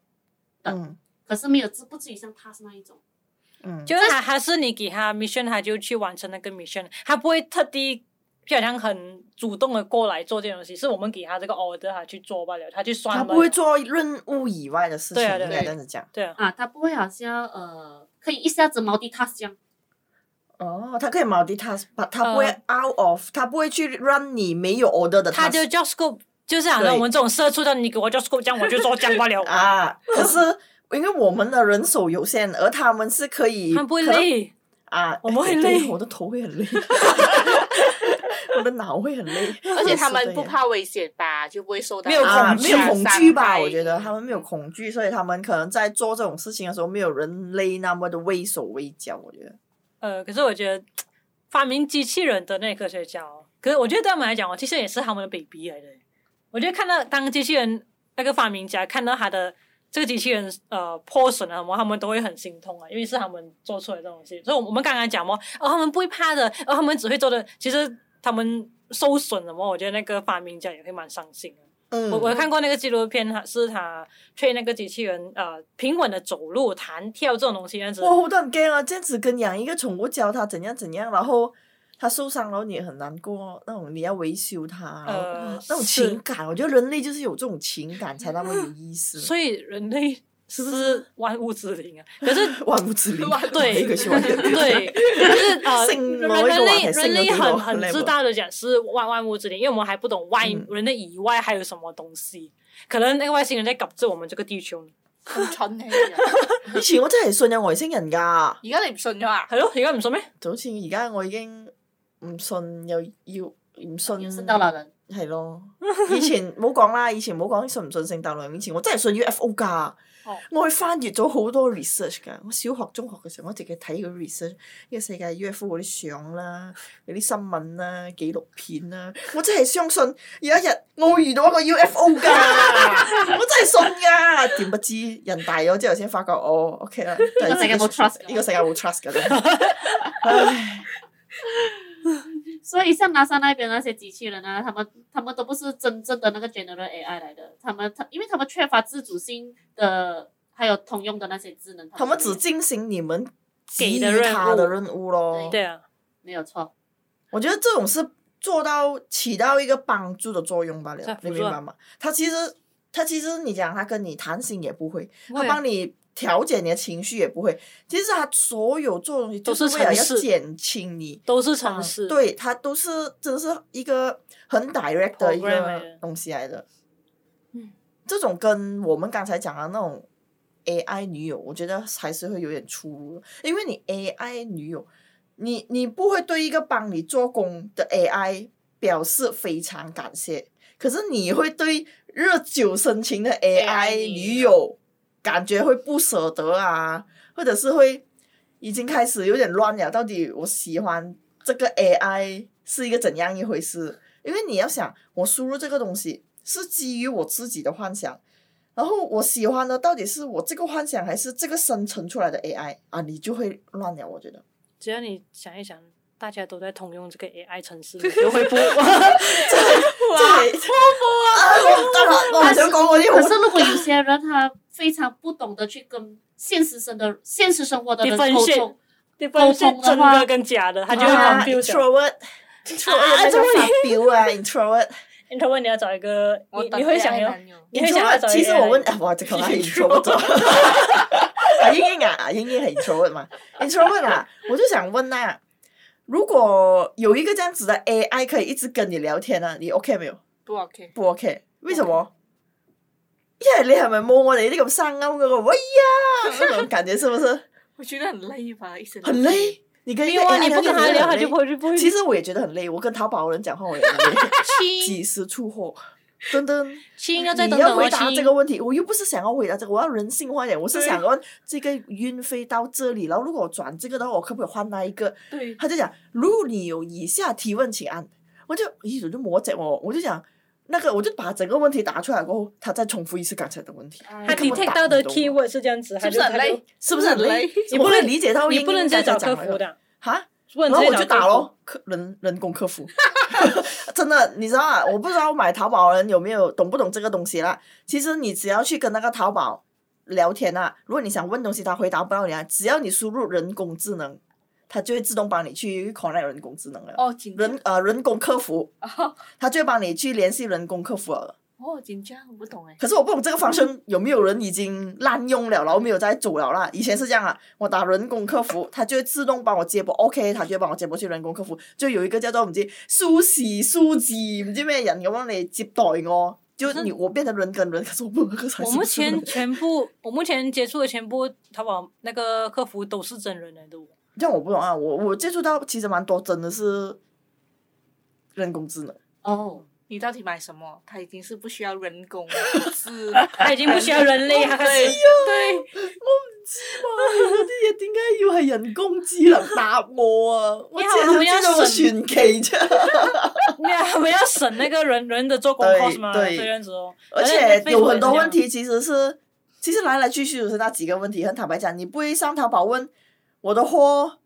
S4: 嗯
S1: 可是没有至不至于像 TAS 那一种。
S4: 嗯，
S3: 就是他，他是你给他 mission，他就去完成那个 mission，他不会特地就好像很主动的过来做这种东西，是我们给他这个 order，他去做罢了，他去刷
S4: 他
S3: 门。
S4: 不会做任务以外的事情，
S3: 对
S4: 应
S3: 啊对啊
S4: 该这样子讲。
S3: 对啊，
S1: 啊，他不会好像呃，可以一下子 multitask 这样。
S4: 哦，他可以 multitask，but 他不会
S3: 呃
S4: out of，他不会去 run 你没有 order 的 task。
S3: 他就 job scope，就是好像
S4: 对
S3: 我们这种社畜的，你给我 job scope，这样我就做这样罢了。
S4: 啊，可是因为我们的人手有限，而他们是可以，
S3: 他不会
S4: 可能
S3: 累，
S4: 啊，
S3: 我们会
S4: 哎对
S3: 累
S4: 我的头会很累， 我的脑会很累，
S2: 而且他
S4: 是
S2: 们
S4: 这
S2: 不
S4: 样
S2: 怕危险吧，就不会受到
S3: 没有恐
S4: 啊，嗯没
S3: 惧
S4: 有
S3: 啊
S4: 恐惧吧？我觉得他
S2: 们
S4: 们没有恐惧，所以他们可能在做这种事情的时候，没有人类那么的畏手畏脚。我觉得，
S3: 呃，可是我觉得发明机器人的那些科学家、哦，可是我觉得对他们来讲哦，其实也是他们的哦 baby 来的。我就看到当机器人那个发明家看到他的这个机器人呃破损了什么，他们都会很心痛啊，因为是他们做出来的东西。所以，我们刚刚讲嘛，哦，他们不会怕的，哦，他们只会做的。其实他们受损什么，我觉得那个发明家也会蛮伤心的。
S4: 嗯，
S3: 我我看过那个纪录片，他是他推那个机器人呃平稳的走路、弹跳这种东西，这样子。
S4: 哇，好多人惊啊！这样子跟养一个宠物，教它怎样怎样，然后它受伤，然后你也很难过，那种你要维修它，然后
S3: 呃
S4: 哇那种
S3: 是
S4: 情感，我觉得人类就是有这种情感才那么有意思。
S3: 所以人类是不是万物之灵啊？可是
S4: 万物之灵，
S3: 对
S4: 一个喜欢的
S3: 对，可是呃，
S4: 性
S3: 人
S4: 某一个
S3: 人
S4: 话
S3: 类
S4: 题
S3: 人
S4: 性
S3: 类
S4: 有
S3: 很
S4: 多
S3: 很
S4: level
S3: 自大的讲是万万物之灵，因为我们还不懂外、
S4: 嗯
S3: 人类以外还有什么东西，可能那个外星人在搞住我们这个地球。
S2: 咁嗯蠢嘅人，
S4: 以前我真係信有外星人㗎，
S2: 而家你唔信咗啊？
S3: 係咯，而家唔信咩？
S4: 就好似而家我已經唔信，又要唔信，
S1: 有圣诞老人，
S4: 係咯。以前唔好講啦，以前唔好講信唔信聖誕老人，以前我真係信 UFO 㗎。
S2: 哦
S4: 我去翻閱咗好多 research 㗎。我小學、中學嘅時候，我一直嘅睇嗰啲 research，呢個世界 UFO 嗰啲相啦、嗰啲新聞啦、紀錄片啦，我真係相信有一日我會遇到一個 UFO 㗎，我真係信㗎。點不知人大咗之後先發覺，哦，OK 啦，呢
S1: 呢個世界冇 trust 㗎
S4: 呢個世界冇 trust 㗎啦。唉
S1: 所以像 NASA 那边那些机器人啊，他们他们都不是真正的那个 general AI 来的，他们他因为他们缺乏自主性的，还有通用的那些智能，
S4: 他们只进行你们
S3: 给
S4: 给
S3: 的任
S4: 他
S3: 务
S4: 的任务咯。
S3: 对啊，
S1: 没有错。
S4: 我觉得这种是做到起到一个帮助的作用罢
S3: 在
S4: 了，
S3: 辅
S4: 你
S3: 助
S4: 明白吗？他其实他其实你讲他跟你谈心也不会，
S3: 不
S4: 他
S3: 会啊
S4: 帮你调节你的情绪也不会。其实他所有做的东西
S3: 都
S4: 就是为了
S3: 程
S4: 要
S3: 式
S4: 减轻你。
S3: 都是城市。
S4: 啊对他都是真的是一个很 direct 的一
S3: Program 来
S4: 个
S3: 的
S4: 东西来的。
S3: 嗯，
S4: 这种跟我们刚才讲的那种 AI 女友，我觉得还是会有点出入，因为你 AI 女友，你你不会对一个帮你做工的 AI 表示非常感谢，可是你会对日久生情的 AI 女友感觉会不舍得啊，或者是会已经开始有点乱了，到底我喜欢这个 AI 是一个怎样一回事？因为你要想，我输入这个东西是基于我自己的幻想，然后我喜欢的到底是我这个幻想，还是这个生成出来的 AI 啊？你就会乱了，我觉得。
S3: 只要你想一想，大家都在通用这个 AI 城市，你就会不
S4: 哇！我当然，
S1: 啊
S4: 我唔想講嗰啲
S1: 可
S4: 好啊
S1: 是如果有些人他非常不懂得去跟现实生的现实生活的人沟
S3: Differentiate
S1: 通，
S3: 你分是
S1: 沟通
S3: 真
S1: 的话
S3: 的跟假的，他就会
S4: 啊
S3: confuse。
S4: introvert。introvert
S3: 这么
S4: 发表啊，introvert。
S3: 你头问你要找一个，
S2: 我
S3: 你你会想要，
S2: 友，
S3: 你会想要
S4: introvert，
S3: 找一
S4: 其
S3: 个
S4: 實我問
S3: AI
S4: 啊，哇！直頭 係 introvert 咗。啊，英英啊，啊英英係 introvert 嘛？introvert 啊，我就想問啊，如果有一個這樣子的 AI 可以一直跟你聊天啊，你 OK 沒有？
S2: 不 OK。
S4: 不 OK，為什麼？因為你係咪冇我哋呢咁生勾嗰個喂呀嗰種感覺，是不是？
S2: 我觉得很累吧，一直
S4: 很累。你跟一
S3: 因
S4: 个
S3: 为
S4: AI
S3: 啊你不跟他聊，他就
S4: 聊天真的很累
S3: 不会就不会。
S4: 其实我也觉得很累，我跟淘宝人讲话我也很 累，
S3: 亲
S4: 几时出货？等等，
S3: 亲 要再
S4: 你
S3: 等等
S4: 要
S3: 哦，
S2: 啊
S4: 回答
S3: 亲
S4: 这个问题，我又不是想要回答这个，我要人性化一点，我是
S2: 对
S4: 想问这个运费到这里，然后如果我转这个的话，我可不可以换那一个？
S2: 对，
S4: 他就讲，如果你有以下提问，请按。我就咦，我就磨叽哦我，我就讲那个，我就把整个问题答出来过后，他再重复一次刚才的问题，
S3: 他
S4: 根本
S3: detect
S4: 打
S3: 到的
S4: 不动
S3: keyword 是这样子，
S2: 是
S3: 他
S2: 不
S3: 就是
S2: 很
S3: 他就
S2: 累？
S4: 嗯是不是很累？
S3: 嗯你
S4: 我
S3: 不
S4: 会
S3: 能
S4: 理解到
S3: 你
S4: 英
S3: 不能直
S4: 在
S3: 接找
S4: 讲
S3: 客
S4: 那
S3: 服
S4: 个
S3: 的，
S4: 哈。
S3: 不能
S4: 然
S3: 直
S4: 后
S3: 接找
S4: 我就
S3: 客
S4: 打
S3: 服
S4: 咯，客人人工客服， 真的，你知道啊？我不知道买淘宝人有没有懂不懂这个东西啦。其实你只要去跟那个淘宝聊天啊，如果你想问东西，他回答不到你啊，只要你输入人工智能，它就会自动帮你去 connect 人工智能了。
S2: 哦，紧张
S4: 人，呃，人工客服，
S2: 哦，
S4: 它就会帮你去联系人工客服了。
S2: 哦，紧张，我不懂哎。
S4: 可是我不懂这个方
S3: 嗯
S4: 向有没有人已经滥用了，然后没有在走了啦。以前是这样啊，我打人工客服，它就会自动帮我接驳，OK，它就会帮我接驳去人工客服。就有一个叫做唔知蘇時蘇字唔知咩人咁樣嚟接待我，就
S3: 可是
S4: 你我變成人跟人，可是我不能才
S3: 我目前全部，我目前接触的全部淘宝那个客服都是真人来的哦，
S4: 这样我不懂啊，我我接触到其实蛮多真的是人工 智能，
S1: 哦，
S2: 你到底买什么？它已经是不需要人 工是，
S3: 他已经不需要人类，啊他开始
S2: 对，
S4: 嗰哎啲嘢點解要係人工智能答我啊？我
S3: 因為我
S4: 真
S3: 們要
S4: 係知道我
S3: 省
S4: 傳奇啫。
S3: 对啊，他们要省那个人人的做功课是吗？
S4: 对对
S3: 这样子哦，
S4: 而
S3: 反
S4: 且
S3: 正
S4: 有很多
S3: Facebook 也是这样
S4: 问题其实是，其实来来去去就是那几个问题。很坦白讲，你不会上淘宝问我的货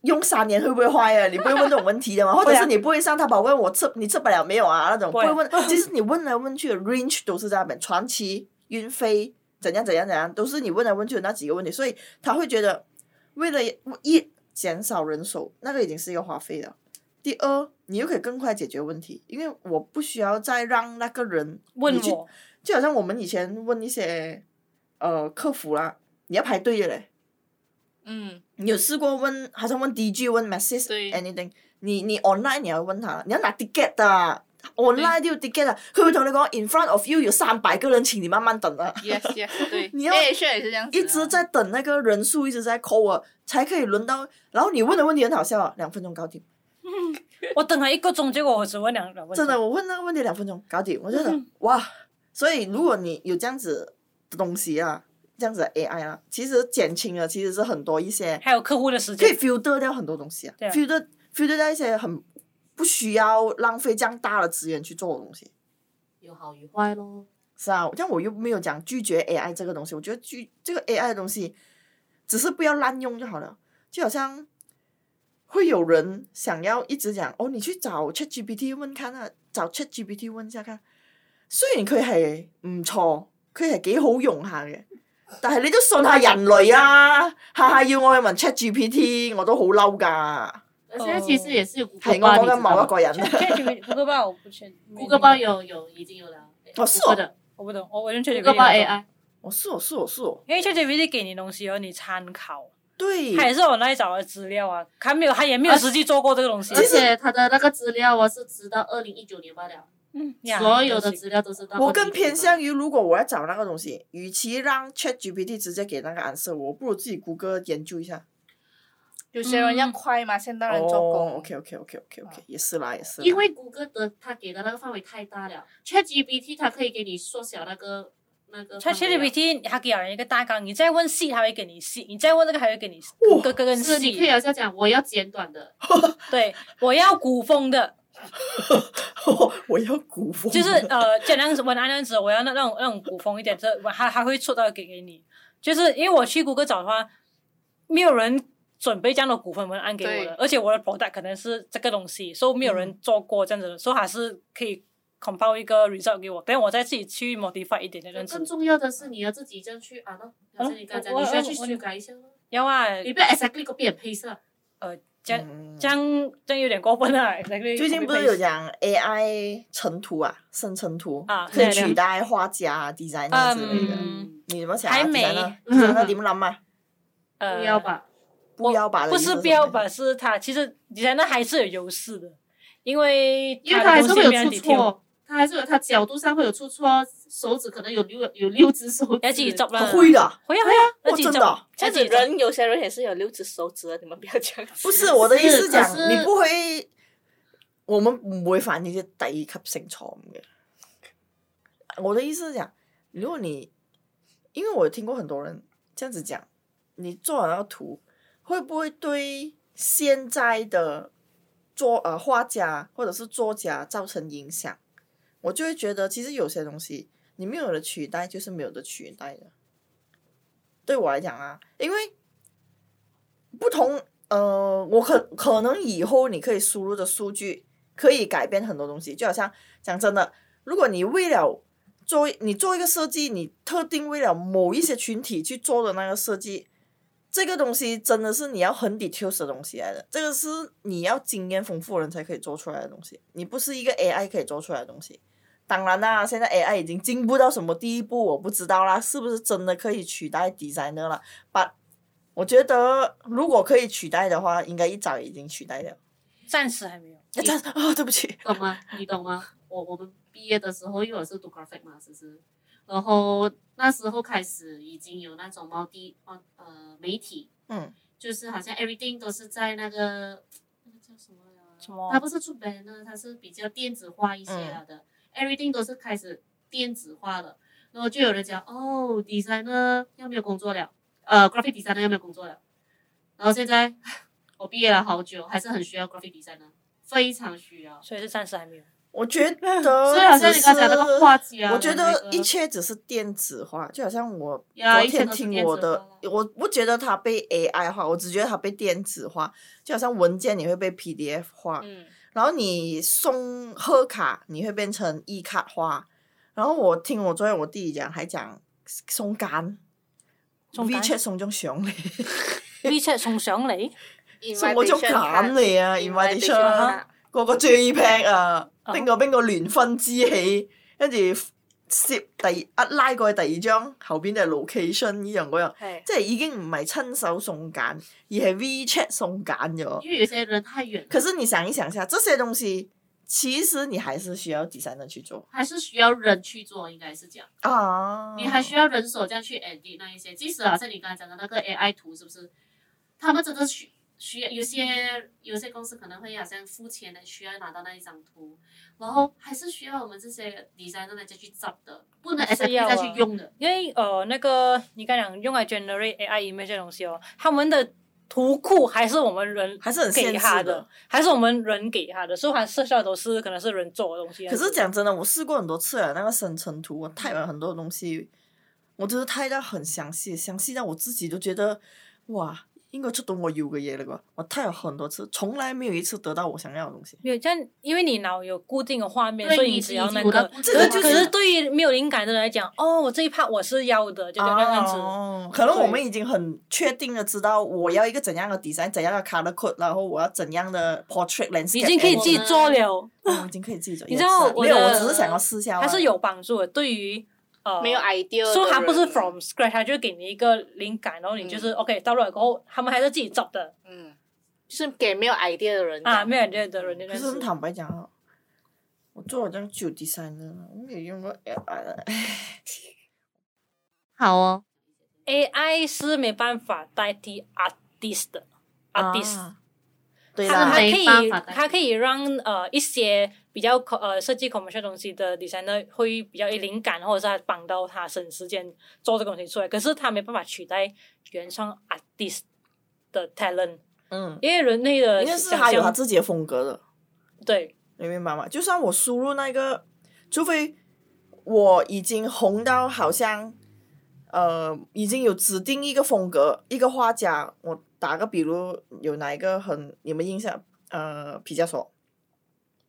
S4: 用三年会不会坏啊？你不会问这种问 题的嘛？
S3: 啊
S4: 或者是你不会上淘宝问我测你测不了没有啊那种，不
S3: 不会
S4: 会 问。其实你问来问去的 range 都是在那边，传奇、运费怎样怎样怎样，都是你问来问去的那几个问题，所以他会觉得为了一减少人手，那个已经是一个花费了。第二，你又可以更快解决问题，因为我不需要再让那个人
S3: 问
S4: 你去
S3: 我，
S4: 就好像我们以前问一些呃客服啦，你要排队的嘞。
S2: 嗯，
S4: 你有试过问，好像问 DG 问 message
S2: 对
S4: anything，你你 online 你要问他，你要拿 ticket 的、online 都要 ticket 啊，佢會同你講 in front of you 有三百个人，请你慢慢等啊。
S2: yes yes，对，
S4: 你要
S2: A 也是这样子的，啊
S4: 一直在等那个人数，一直在 call 我，才可以轮到。然后你问的问题很好笑啊，两分钟搞定。
S3: 我等了一个钟，结果我只问两两问题。嗯
S4: 真的，我问那个问题两分钟搞定，我就想哇，所以如果你有这样子的东西啊，这样子的 AI 啊，其实减轻了其实是很多一些
S3: 还有客户的时
S4: 可以
S3: 间，
S4: filter 掉很多东西啊
S3: 对啊
S4: ，filter filter 掉一些很不需要浪费这样大的资源去做的东西。
S1: 有好有坏咯。
S4: 是啊，但我又没有讲拒绝 AI 这个东西，我觉得拒这个 AI 的东西，只是不要滥用就好了。就好像会有人想要一直讲哦，你去找 ChatGPT 问看啊，找 ChatGPT 問下看。雖然佢係唔錯，佢係幾好用下嘅，但係你都信下人類啊！下下要我去問 ChatGPT，我都好嬲㗎。
S1: 而且其
S4: 哦
S1: 实也是有谷歌
S4: 係我
S1: 吧，
S4: 講
S1: 你知道
S4: 緊某
S1: 吗
S4: 一？個人。
S3: ChatGPT 谷歌吧，我不确，
S1: 谷歌包有有已经有了，
S4: 哦是
S1: 谷
S4: 哦
S1: 歌的
S3: 我不懂，我我用
S1: 谷歌
S3: ChatGPT
S1: 包
S3: 来做
S1: AI，
S4: 我哦是我是我是我，
S3: 因为 ChatGPT 给你东西哦，你参考，
S4: 對。
S3: 他也是我那里找的资料啊，他没有，他也没有实际做过这个东西。
S1: 而且它的那个资料我是直到二零一九年罢了，
S3: 嗯呀
S1: 所有的
S3: 就是
S1: 资料都是到2019年。
S3: 啊
S4: 我
S3: 哦
S4: 更偏向于，如果我要找那个东西，与其让 Chat GPT 直接给那个 answer，我不如自己谷歌研究一下。
S2: 有些人要快嘛，现代人做
S4: 哦
S2: 工
S4: ，OK OK OK
S3: 啊
S4: OK OK，也是啦，也是啦。
S1: 因为谷歌的它给的那个范围太大了，ChatGPT 它可以给你缩小那个那个范围啊。
S3: ChatGPT 它给了人一个大纲，你再问细，它会给你细；你再问这个，还会给你
S4: 哇
S3: 更更更
S1: 是，你可
S3: 细
S1: 以。好像讲我要简短的，
S3: 对，我要古风的，
S4: 哦我要古风，
S3: 就是呃，简单文案那样子，我要那那种那种古风一点，这还还会出到给给你。就是因为我去谷歌找的话，没有人准备这样的古风文案给我
S2: 对
S3: 的，而且我的 product 可能是这个东西，所以没有人做过这样子的，所以还是可以 compile 一个 result 给我，等我再自己去 modify 一点点这样
S1: 更
S3: 子。
S1: 重要的是你要自己这样去啊，那好像你刚才讲
S3: 我
S1: 你需要
S3: 我
S1: 去
S3: 我
S1: 修改一下咯，
S3: 要啊，
S1: 你不要 exactly copy and paste 啊。
S3: 呃，这样
S4: 嗯
S3: 这样这样有点过分了。exactly
S4: 最近不是
S3: copy-paste
S4: 有讲 AI 成图啊，生成图
S3: 啊
S4: 可
S3: 对
S4: 以
S3: 对
S4: 取代画家、designer 之类的。
S3: 嗯
S4: 你怎么想啊？
S3: 还没
S4: designer designer 点谂啊？
S3: 呃，
S1: 不要吧，
S4: 不要吧？
S3: 不是标吧，是它其实你在那还是有优势的，因为
S1: 因为它
S3: 它
S1: 还是
S3: 的东
S1: 会
S3: 西
S1: 有
S3: 没人
S1: 出
S3: detail，
S1: 错，它还是有它角度上会有出错，手指可能有六有六只手指。
S3: 要自己执啦。
S4: 灰的。哎
S3: 会啊会啊，
S4: 哇
S3: 要自己
S4: 真
S3: 执
S4: 的哦，
S2: 这样子人有些人也是有六只手指的，你们不要这样子。
S4: 不是我的意思
S1: 可
S4: 讲，
S1: 是
S4: 你不會，我們唔會犯呢啲低級性錯誤嘅。我的意思講，如果你，因為我聽過很多人這樣子講，你做完那個圖，會不會對現在的作呃畫家或者是作家造成影響？我就會覺得，其實有些東西你沒有的取代，就是沒有的取代的。對我來講啊，因為不同呃，我可可能以后你可以输入的数据可以改变很多东西，就好像讲真的，如果你为了做你做一个设计，你特定为了某一些群体去做的那个设计，这个东西真的是你要很 details 的东西来的，这个是你要经验丰富的人才可以做出来的东西，你不是一个 AI 可以做出来的东西。当然啦，现在 AI 已经进步到什么地步，我不知道啦，是不是真的可以取代 designer 啦？把我觉得如果可以取代的话，应该一早已经取代了。
S3: 暂时还没有。
S4: 啊，但啊、对不起，
S1: 懂吗？你懂吗？我我们毕业的时候，因为我是读 graphic 嘛，其实，然后那时候开始已经有那种猫地哦呃媒体，
S4: 嗯，
S1: 就是好像 everything 都是在那个那个叫什么呀？
S3: 什么
S1: 它不是出版呢，它是比较电子化一些了的、e v e r y t h i n g 都是开始电子化了。然后就有人讲哦，designer 要没有工作了，呃，graphic designer 要没有工作了。然后现在我毕业了好久，还是很需要 graphic designer。非常需要。
S3: 所以是暂时还没有。
S4: 我觉得
S1: 所以好像你刚才那个画家，
S4: 我觉
S1: 那
S4: 得
S1: 个
S4: 一切只是电子化，就好像我
S1: 呀
S4: 昨
S1: 一切
S4: 天
S1: 都是
S4: 听
S1: 电
S4: 我
S1: 子
S4: 的
S1: 化，
S4: 我不觉得它被 AI 化，我只觉得它被电子化，就好像文件你会被 PDF 化，
S2: 嗯，
S4: 然后你送贺卡你会变成 e 卡化，然后我听我昨天我弟弟讲还讲送簡
S3: 送簡
S4: ，WeChat 送張相嚟，
S3: WeChat 送上嚟，
S4: 送我張簡嚟啊，invitation。個個 J 平啊，
S3: 哦
S4: 邊個邊個聯婚之喜，跟住攝第一拉過去第二張，後邊就係 location 呢樣嗰樣，
S2: 係
S4: 即係已經唔係親手送揀，而係 WeChat 送揀咗。
S1: 因为有些人太远了，
S4: 可是你想一想下，這些東西其實你還是需要第三人去做
S1: 还是需要人去做，应该是这样。
S4: 啊。
S1: 你还需要人手这样去 edit 那一些，即使好啊像你刚才讲的那个 AI 图，是不是？他们真的需需要有些有些公司可能会好像付钱的需要拿到那一张图，然后还是需要我们这些 designer 来再去找的，不能 S
S3: 是
S1: P
S3: 要啊
S1: 再去用的。
S3: 因为呃那个你刚讲用来 generate AI image 这东西哦，他们的图库还是我们人
S4: 还是很限
S3: 给
S4: 制
S3: 他
S4: 的
S3: 的，还是我们人给他的，所以它剩下的都是可能是人做的东西。
S4: 可是讲真的，我试过很多次了，那个生成图，我 type 了很多东西，我真的 type 到很详细，详细到我自己都觉得，哇，应该出到我要嘅嘢嚟啩。我 type 了很多次，从来没有一次得到我想要的东西。
S3: 没有这样，因为你脑有固定的画面，
S1: 对
S3: 所以
S1: 你
S3: 你
S1: 是
S3: 只
S1: 已
S3: 要
S1: 经
S3: 那
S1: 有
S3: 个
S1: 了。
S3: 可
S1: 固
S4: 定的
S3: 是
S4: 画面
S3: 可是对于没有灵感的人来讲，哦，我这一 part 我是要的，就这样子。
S4: 哦，可能我们已经很确定的知道我要一个怎样的 design，怎样的 color code，然后我要怎样的 portrait landscape，哎
S3: 已经可以
S4: 我
S3: 自己做了，
S4: 嗯我已经可以自己做。
S3: 你
S4: 也
S3: 知道
S4: 是
S3: 我
S4: 没有，我
S3: 的
S4: 只是想要试一下。
S3: 还是。有帮助的。对于呃，
S2: 没有 idea 的人。
S3: 说它不是 from scratch，它就给你一个灵感，然后你
S4: 嗯
S3: 就是、OK 到了过后，他们还是自己找的
S2: 嗯，就是给没有 idea 的人
S3: 啊，
S2: 讲
S3: 没有 idea 的人那
S4: 可
S3: 段
S4: 是
S3: 时
S4: 很坦白讲啊，我做了这样久 design 了，我没有用过哎 AI 了。
S1: 好哦，
S3: AI 是没办法代替 artist 的 artist，、
S4: 啊对
S3: 但
S1: 他们还，
S3: 是它
S4: 啦
S3: 可以
S1: 没办法代替
S3: 它可以让呃一些比较 co- 呃设计 commercial 东西的 designer 会比较有灵感，或者是他帮到他省时间做这个东西出来，可是他没办法取代原创 artist 的 talent，
S4: 嗯，
S3: 因为人类的
S4: 因为是
S3: 想
S4: 他有
S3: 象
S4: 他自己的风格的，
S3: 对
S4: 你明白吗？就算我输入那个，除非我已经红到好像，呃，已经有指定一个风格，一个画家，我打个比如，有哪一个很你们印象？呃，毕加索，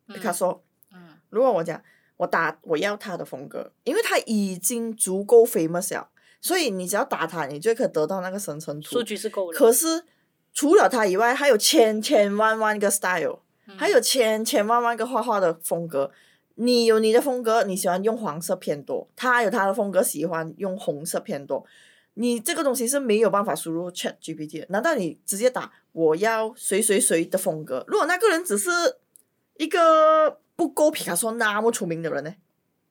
S2: 嗯
S4: 毕卡索，
S2: 嗯
S4: 如果我讲我打我要他的风格，因为他已经足够 famous 了，所以你只要打他，你就可以得到那个生成图
S3: 数。据是够了，
S4: 可是除了他以外，还有千千万万个 style，、还
S2: 嗯
S4: 有千千万万个画画的风格。你有你的风格，你喜欢用黄色偏多；他有他的风格，喜欢用红色偏多。你这个东西是没有办法输入 Chat GPT 的。难道你直接打我要谁谁谁的风格？如果那个人只是一个不够皮卡丘那么出名的人呢？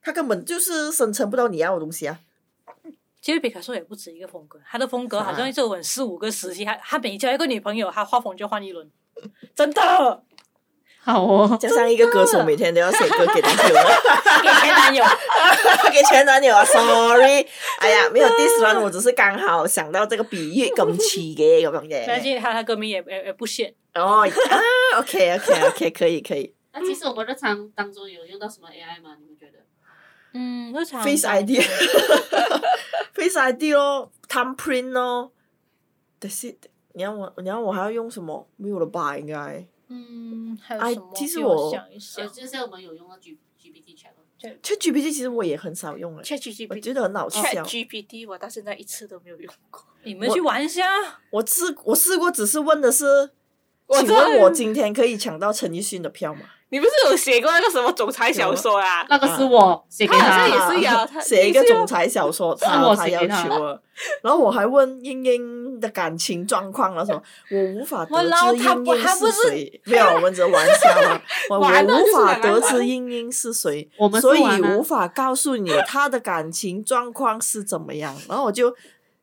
S4: 他根本就是生成不到你要的东西啊！
S3: 其实毕卡索也不止一个风格，他的风格
S4: 是啊
S3: 好像就很四五个时期，他他每交一个女朋友，他画风就换一轮，真的
S1: 好哦，
S4: 加上一个歌手每天都要写歌给啊男朋友。
S3: 给前男 友。
S4: 给前男友啊，sorry，哎呀，没有 diss 完，我只是刚好想到这个比喻咁似嘅 咁樣
S3: 但
S4: 嘅。
S3: 是他他歌迷也也也不屑，
S4: 哦，啊，OK OK OK，可以可 以
S1: 那其实我们日常当中有用到什么 AI 吗？你们觉得？
S3: 嗯，日常
S4: ，Face ID，Face ID 咯，Thumbprint 咯，That's it。你要我，你要我还要用什么？没有了吧，应该。
S3: 嗯，还有
S4: 哎
S3: 什么？
S4: 其实
S3: 给
S4: 我
S3: 我想一
S1: 呃，
S3: 想，
S1: 就是我们有用到 G GPT chat 咯
S4: ChatGPT 其实我也很少用了，我觉
S2: ChatGPT。
S4: 得很好笑。
S2: ChatGPT 我到现在一次都没有用过。
S3: 你们去玩一下，啊
S4: 我试我试过，只是问的是，
S2: 我
S4: 请
S2: 知道
S4: 问我今天可以抢到陈奕迅的票吗？
S2: 你不是有写过那个什么总裁小说啊？
S1: 那个是我写给
S2: 他好
S1: 他
S2: 像
S1: 的，
S2: 也是有他
S4: 写一个总裁 小说，
S1: 是
S4: 他
S1: 我
S4: 他
S1: 写
S4: 要
S1: 给他
S4: 求啊。 然后我还问英英的感情状况了什么，我无法得
S3: 我老
S4: 知
S3: 他
S4: 英
S3: 不
S4: 英
S3: 还不
S4: 是
S3: 是
S4: 谁。没有，我们只是玩笑 啊，我我
S2: 玩的就是
S4: 无法
S2: 两个
S4: 得
S2: 人
S4: 知英英是谁，
S1: 我们是
S4: 所以
S1: 玩啊
S4: 无法告诉你他的感情状况是怎么样。然后我就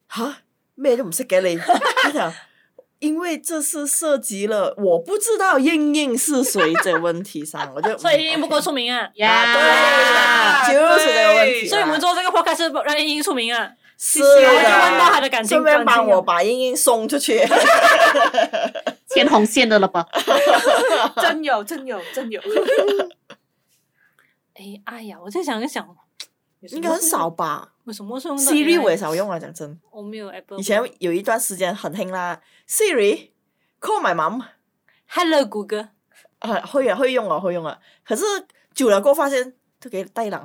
S4: 啊，咩都唔识嘅你， 他讲。因为这是涉及了我不知道英英是谁这问题上，我就
S3: 所以
S4: 嗯
S3: 英英不
S4: OK
S3: 够出名啊。
S1: 呀，
S4: 对就是这个问题
S2: 对
S4: 啊
S3: 所以我们做这个 podcast 是让英英出名啊，
S4: 是
S3: 然后
S4: 的，
S3: 就问到他的感情
S4: 顺便
S3: 感
S4: 帮
S3: 情啊
S4: 我把英英送出去。
S1: 牵红线的了吧？
S2: 真有真有 真有，
S3: 哎，哎呀，我在想一想，有什么
S4: 应该很少吧
S3: 是。我什么时候用到
S4: ？Siri
S3: AI
S4: 我也少用啊，講真。
S3: 我没有 Apple。
S4: 以前有一段時間很興啦，Siri call my mom，
S3: Hello 谷歌，
S4: 啊，會啊會用啊會用啊，可是久了過後發現都幾 低能。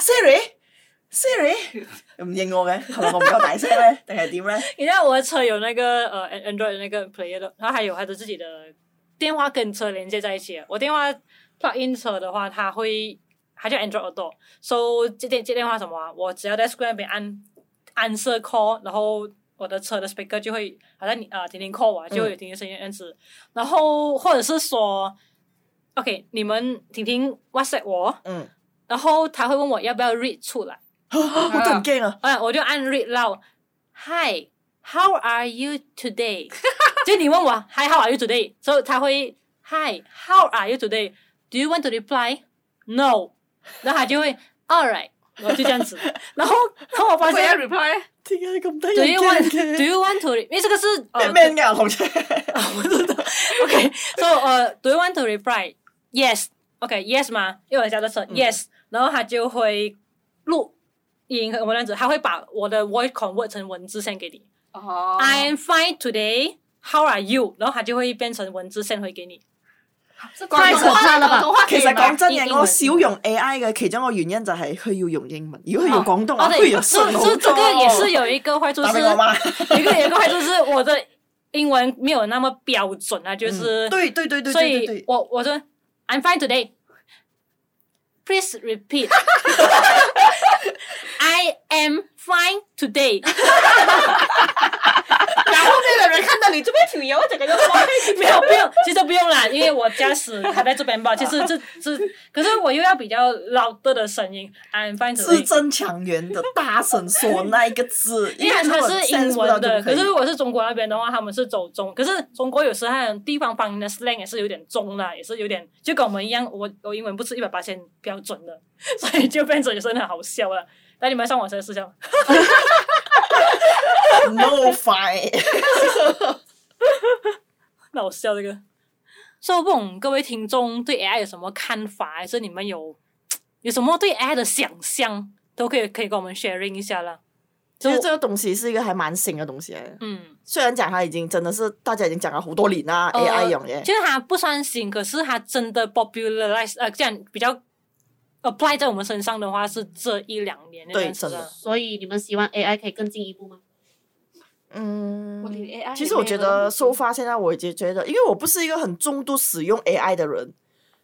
S4: Siri Siri 唔應我嘅，係咪我唔夠大 聲咧，定係點咧？
S3: 你知道我的车有那个呃 An- Android 的那个 Player 的，然后还有它的自己的电话跟车连接在一起的。我电话 plug in 车的话，它会它叫 Android Auto，so 接电接电话什么、啊，我只要在 Square 那边按按设 call，然后我的车的 speaker 就会好像你啊、呃、婷婷 call 我啊，就会有婷婷声音这样子。然后或者是说，OK，你们婷婷 WhatsApp 我，
S4: 嗯，
S3: 然后他会问我要不要 read 出来。
S4: 我都唔驚啊！
S3: 哎，我就按 read loud。Hi, how are you today？就 你问我 Hi, how are you today？所、so, 以他会 Hi, how are you today？Do you want to reply? No。然后 他就会 All right，我 就这样子。然后，然后我发
S2: 我要
S3: 现
S2: reply，
S4: 點解咁低
S3: Do you want
S4: 人
S3: Do
S4: 驚嘅
S3: you want to？因为这个是呃
S4: ？Batman 㗎啊同學
S3: OK，所以呃，Do you want to reply? Yes. OK, yes 嘛，因为我加的是 yes，、然后 他就会录音我这样子，他会把我的 voice convert 成文字先给你。
S2: 哦
S3: I'm fine today. How are you？然后它就会变成文字 send 回给你。
S1: 太可怕了吧
S2: 广东话可
S4: 其
S2: 以
S4: 實
S2: 嗎
S4: 講真
S3: 英
S4: 嘅，
S3: 文
S4: 我少用 AI 嘅其中一個原因就係佢要用英文，如果佢用廣東
S3: 哦
S4: 話，，佢
S3: 对，
S4: 要
S3: 是
S4: 順好
S3: 是这
S4: 多
S3: 个也是有一个坏处
S4: 哦打
S3: 是，
S4: 俾我媽。
S3: 有一个有一个坏处是我的英文没有那么标准啊，就是、
S4: 嗯 对对对对
S3: 所
S4: 对对
S3: 以
S4: 对，
S3: 我我说 I'm fine today. Please repeat. I am fine today.
S2: 然后那个人看到你这边挺油，整个就慌。
S3: 没有， 不用，其实不用啦，因为我家史还在这边 吧。其实这这，可是我又要比较老的的声音，I'm fine
S4: 字
S3: today。
S4: 正腔圆的大声说那一个 字，
S3: 因为
S4: 如
S3: 它
S4: 果
S3: 是
S4: sense
S3: 英
S4: 不到
S3: 文
S4: 就
S3: 的，
S4: 不可
S3: 可
S4: 以
S3: 是如果是中国那边的话，他们是走中，可是中国有时候地方方言的 slang 也是有点中啦，也是有点就跟我们一样，我我英文不是一百八千标准的， 所以就变成也是很好笑了。那你们上网谁试一下？
S4: no fine，
S3: 那我笑这个。所以我不懂各位听众对 AI 有什么看法，还是你们有有什么对 AI 的想象，都可以可以跟我们 sharing 一下啦。
S4: 其实
S3: 就
S4: 这个东西是一个还蛮新的东西来的。
S3: 嗯，
S4: 虽然讲它已经真的是大家已经讲了好多年啦、
S3: 呃
S4: a i 用嘢，
S3: 就是它不算新，可是它真的 popularize 呃，这样比较 apply 在我们身上的话，是这一两年的
S4: 对
S3: 样子
S4: 真
S3: 啦
S4: 的
S1: 所以你们希望 AI 可以更进一步吗？
S4: 嗯
S2: 我连 AI 也
S4: 其实我
S2: 没
S4: 觉
S2: 有
S4: 得
S2: 用
S4: 收发现在我已经觉得，因为我不是一个很重度使用 AI 的人，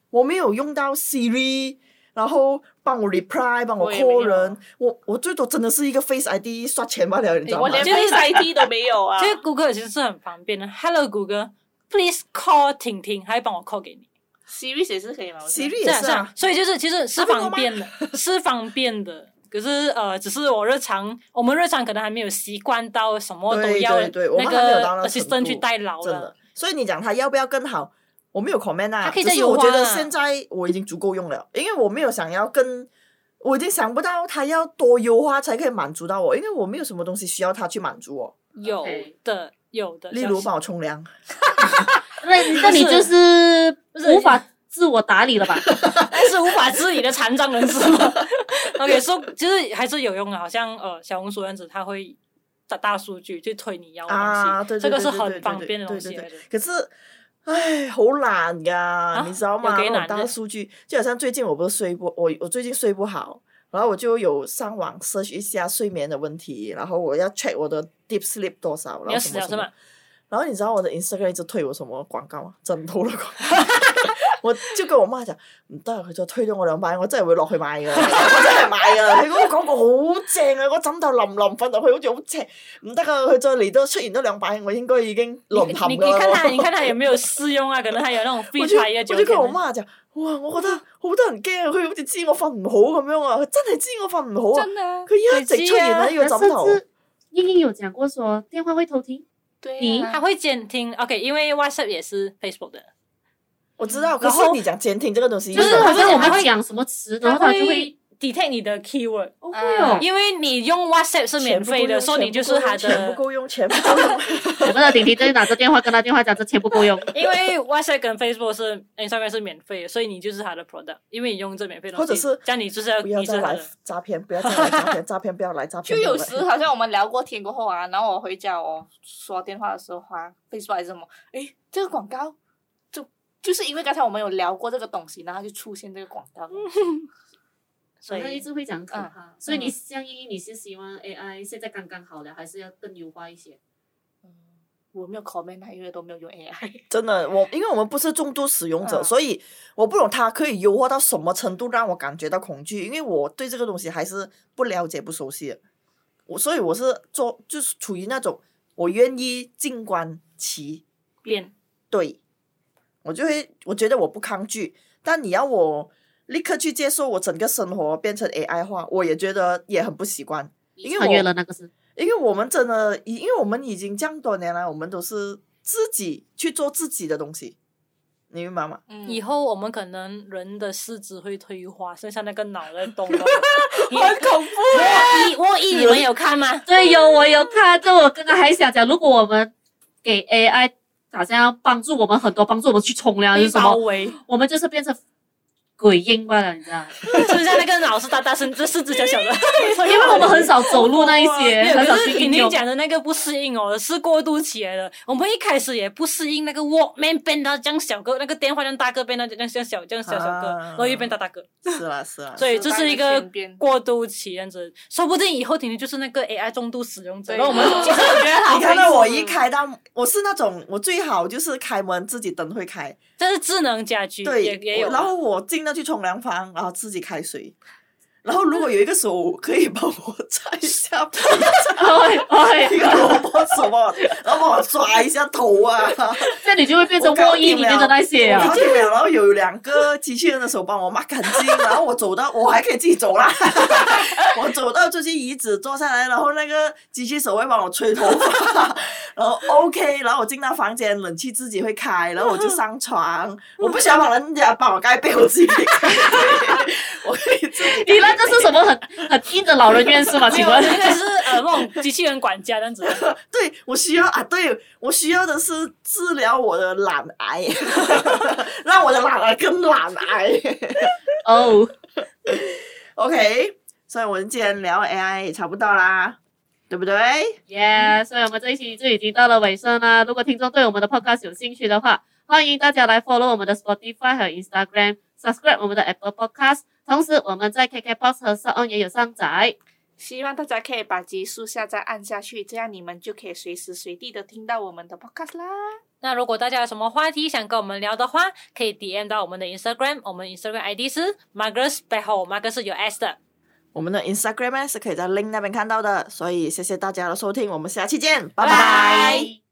S4: 我没有用到 Siri，然后帮我 reply，帮我
S3: 我也没有啊
S4: call 人，我我最多真的是一个 Face ID 刷钱罢了，你知道
S2: 哎我
S4: 吗？
S2: 连
S3: 就是
S2: Face ID 都没 有啊
S3: 这！个谷歌其实是很方便的。Hello 谷歌，please call 婷婷，还会帮我 call 给你。
S2: Siri 也是可以吗
S4: Siri
S3: 这
S4: 也
S3: 样
S4: 是
S3: 是
S4: 啊
S3: 啊，，所以就是其实是
S4: 啊不过
S3: 方便的， 是方便的。可是呃，只是我日常，我们日常可能还没有习惯到什么都
S4: 对
S3: 要
S4: 对对我们
S3: 那
S4: 还没有到
S3: 个
S4: 那个程
S3: assistant
S4: 度
S3: 去代劳
S4: 真
S3: 了
S4: 的。。所以你讲它要不要更好，我没有 comment 啊。
S3: 它可以
S4: 只
S3: 再
S4: 是我
S3: 优化
S4: 觉得
S3: 啊
S4: 现在我已经足够用了，因为我没有想要更，我已经想不到它要多优化才可以满足到我，因为我没有什么东西需要它去满足我。
S3: 有
S1: OK
S3: 的，有的。
S4: 例
S3: 像
S4: 如
S3: 是
S4: 帮我冲凉，
S1: 那那你就是
S3: 是
S1: 无法自我打理了 吧？
S3: 但是无法自理的残障人士嘛。OK，说、其实还是有用的，好像呃小红书这样子，它会打大数据去推你要的东西，
S4: 啊对对
S3: 这个
S4: 对
S3: 是
S4: 对对
S3: 很
S4: 对
S3: 方
S4: 对
S3: 便的
S4: 对
S3: 东西
S4: 对
S3: 来的。啊
S4: 可是。唉，好懒噶，你知道
S3: 有
S4: 吗？那
S3: 给
S4: 种
S3: 懒
S4: 大
S3: 的
S4: 数据，就好像最近我不是睡不，我我最近睡不好，然后我就有上网 search 一下睡眠的问题，然后我要 check 我的 deep sleep 多少，
S3: 你要
S4: 然后什
S3: 死了
S4: 么什
S3: 是
S4: 么
S3: 吗？
S4: 然后你知道我的 Instagram 一直推我什么广告吗？枕头的广告。 我就跟我媽就唔得啊，佢再推咗我兩百，我真係會落去買㗎，我真係買㗎。 佢嗰個廣告好正啊，個枕頭淋淋瞓落去好似好正，唔得啊！佢再嚟多出現多兩百，我應該已經
S3: 你
S4: 淪陷
S3: 你
S4: 㗎
S3: 你
S4: 啦
S3: 看他，
S4: 我
S3: 你看他有没有试用啊？可能他有那种 free
S4: 我就
S3: try 的
S4: 我
S3: 酒
S4: 就
S3: 店
S4: 跟我
S3: 啊。
S4: 媽就哇，我覺得好多人驚啊！佢好似知我瞓唔好咁樣啊，佢真係知我瞓唔好啊！
S2: 真的啊，
S4: 佢一直出現喺呢個枕頭
S1: 甚，至英英有讲过说电话会偷听，
S2: 对啊
S1: 你
S3: 他会监听，OK，因为 WhatsApp 也是 Facebook 的，
S4: 我知道。可
S3: 然
S4: 是
S3: 后
S4: 你講監聽這個東西，
S1: 就是
S3: 它
S1: 好
S3: 会
S1: 像我
S3: 它
S1: 们
S3: 会
S1: 讲什么词的话，
S3: 它
S1: 就会
S3: detect 你的 keyword，
S1: 哦会
S4: 哎
S1: 哦，
S3: 因为你用 WhatsApp 是呃免费的，所以你就是它
S4: 钱不
S3: 的。
S4: 够用，钱不够用，钱不够
S1: 我们的婷婷就拿着电话跟他电话讲，这钱不够 用。
S3: 因为 WhatsApp 跟 Facebook 是 Instagram 是免费的，所以你就是它的 product，因为你用这免费的东西，
S4: 或者是
S3: 这样你就是要
S4: 用不要
S3: 你就
S4: 再
S3: 是它
S4: 来
S3: 的。
S4: 诈骗，不要再来诈骗，诈骗不要来诈
S2: 就
S4: 骗。
S2: 有
S4: 不要来
S2: 时好像我们聊过天过后啊，然后我回家我刷电话的时候啊，Facebook 还是什么，诶，这个广告就就是因为刚才我们有聊过这个东西，然后就出现这个广
S3: 嗯
S2: 告，所
S1: 他一
S2: 以
S1: 直会讲可
S4: 嗯
S1: 怕，所以你像依依，你是希望 AI 现在刚刚好了，还是要更优化一些？
S2: 嗯我没有 comment 啊，因为都没有 用 AI。
S4: 真的，我因为我们不是重度使用者，
S2: 嗯
S4: 所以我不懂它可以优化到什么程度让我感觉到恐惧，因为我对这个东西还是不了解、不熟悉的。我所以我是做就是处于那种我愿意静观其
S3: 变，
S4: 对，我就会我觉得我不抗拒，但你要我立刻去接受我整个生活变成 AI 化，我也觉得也很不习惯，因为
S1: 穿越
S4: 我
S1: 了那个是
S4: 因为我们真的，因为我们已经这样多年来，我们都是自己去做自己的东西，你明白吗？
S2: 嗯
S3: 以后我们可能人的四肢会退化，剩下那个脑在动了。
S4: 恐怖。
S3: 我一我一你们有看吗？
S1: 对，有我有看，这我刚刚还想讲，如果我们给 AI 好像要帮助我们很多，帮助我们去冲凉还是
S3: 被
S1: 什
S3: 包
S1: 么，
S3: 围，
S1: 我们就是变成鬼婴罢了，你知道吗？
S3: 剩下那个脑是大大身，这四肢小小的。
S1: 因为我们很少走路那一些，
S3: 啊没有
S1: 很少
S3: 可是
S1: 去
S3: 婷
S1: 应
S3: 婷
S1: 用。
S3: 讲的那个不适应哦，是过渡期来的。我们一开始也不适应那个 Walkman 变到这样小个，那个电话这样大个变到这样小这样小小个，
S4: 啊
S3: 然后又变大大个，
S4: 是啦是 啦，
S3: 所以这是一
S2: 时代
S3: 个
S2: 的千变
S3: 过渡期这样子。说不定以后婷婷就是那个 AI 重度使用者，
S2: 对
S3: 然后我们其实我觉得好
S4: 你看
S3: 开
S4: 到
S3: 心，
S4: 我一开到，我是那种我最好就是开门自己灯会开，
S3: 但是智能家居
S4: 对，
S3: 也也有啊
S4: 我然后我进那去冲凉房，然后自己开水。然后
S3: 嗯
S4: 如果有一个手可以帮我擦一下屁
S1: 哎哎，
S4: 股萝卜手啊，然后帮我抓一下头啊，
S1: 这样你就会变成
S4: 我搞
S1: 沃伊里
S4: 定了
S1: 面的那些
S4: 然
S1: 啊
S4: 后。就有然后有两个机器人的手帮我抹干净，然后我走到我还可以自己走啦， 我走到这些椅子坐下来，然后那个机器手会帮我吹头发，然后 OK，然后我进到房间，冷气自己会开，然后我就上床，我不想把人家帮我盖被，我自己盖被，我可以自己。
S1: 你那个是什么很很硬的老人院是吗？
S3: 没
S1: 请
S3: 有，
S1: 问
S3: 那 个是呃那种机器人管家这样子。
S4: 对我需要啊，对我需要的是治疗我的懒癌， 让我的懒癌更懒癌。
S1: 哦，
S4: OK，所以我们今天聊 AI 也差不多啦，对不对？
S1: 耶！所以我们这一期就已经到了尾声啦。如果听众对我们的 podcast 有兴趣的话，欢迎大家来 follow 我们的 Spotify 和 Instagram，subscribe 我们的 Apple Podcast。同时，我们在 KKBox 和 s o n 也有上载。
S2: 希望大家可以把集数下载按下去，这样你们就可以随时随地的听到我们的 podcast 啦。
S3: 那如果大家有什么话题想跟我们聊的话，可以 DM 到我们的 Instagram，我们 Instagram ID 是 Margaret 背后 Margaret 是有 S 的。
S4: 我们的 Instagram 呢是可以在 link 那边看到的，所以谢谢大家的收听，我们下期见，拜
S3: 拜
S4: 拜。
S3: 拜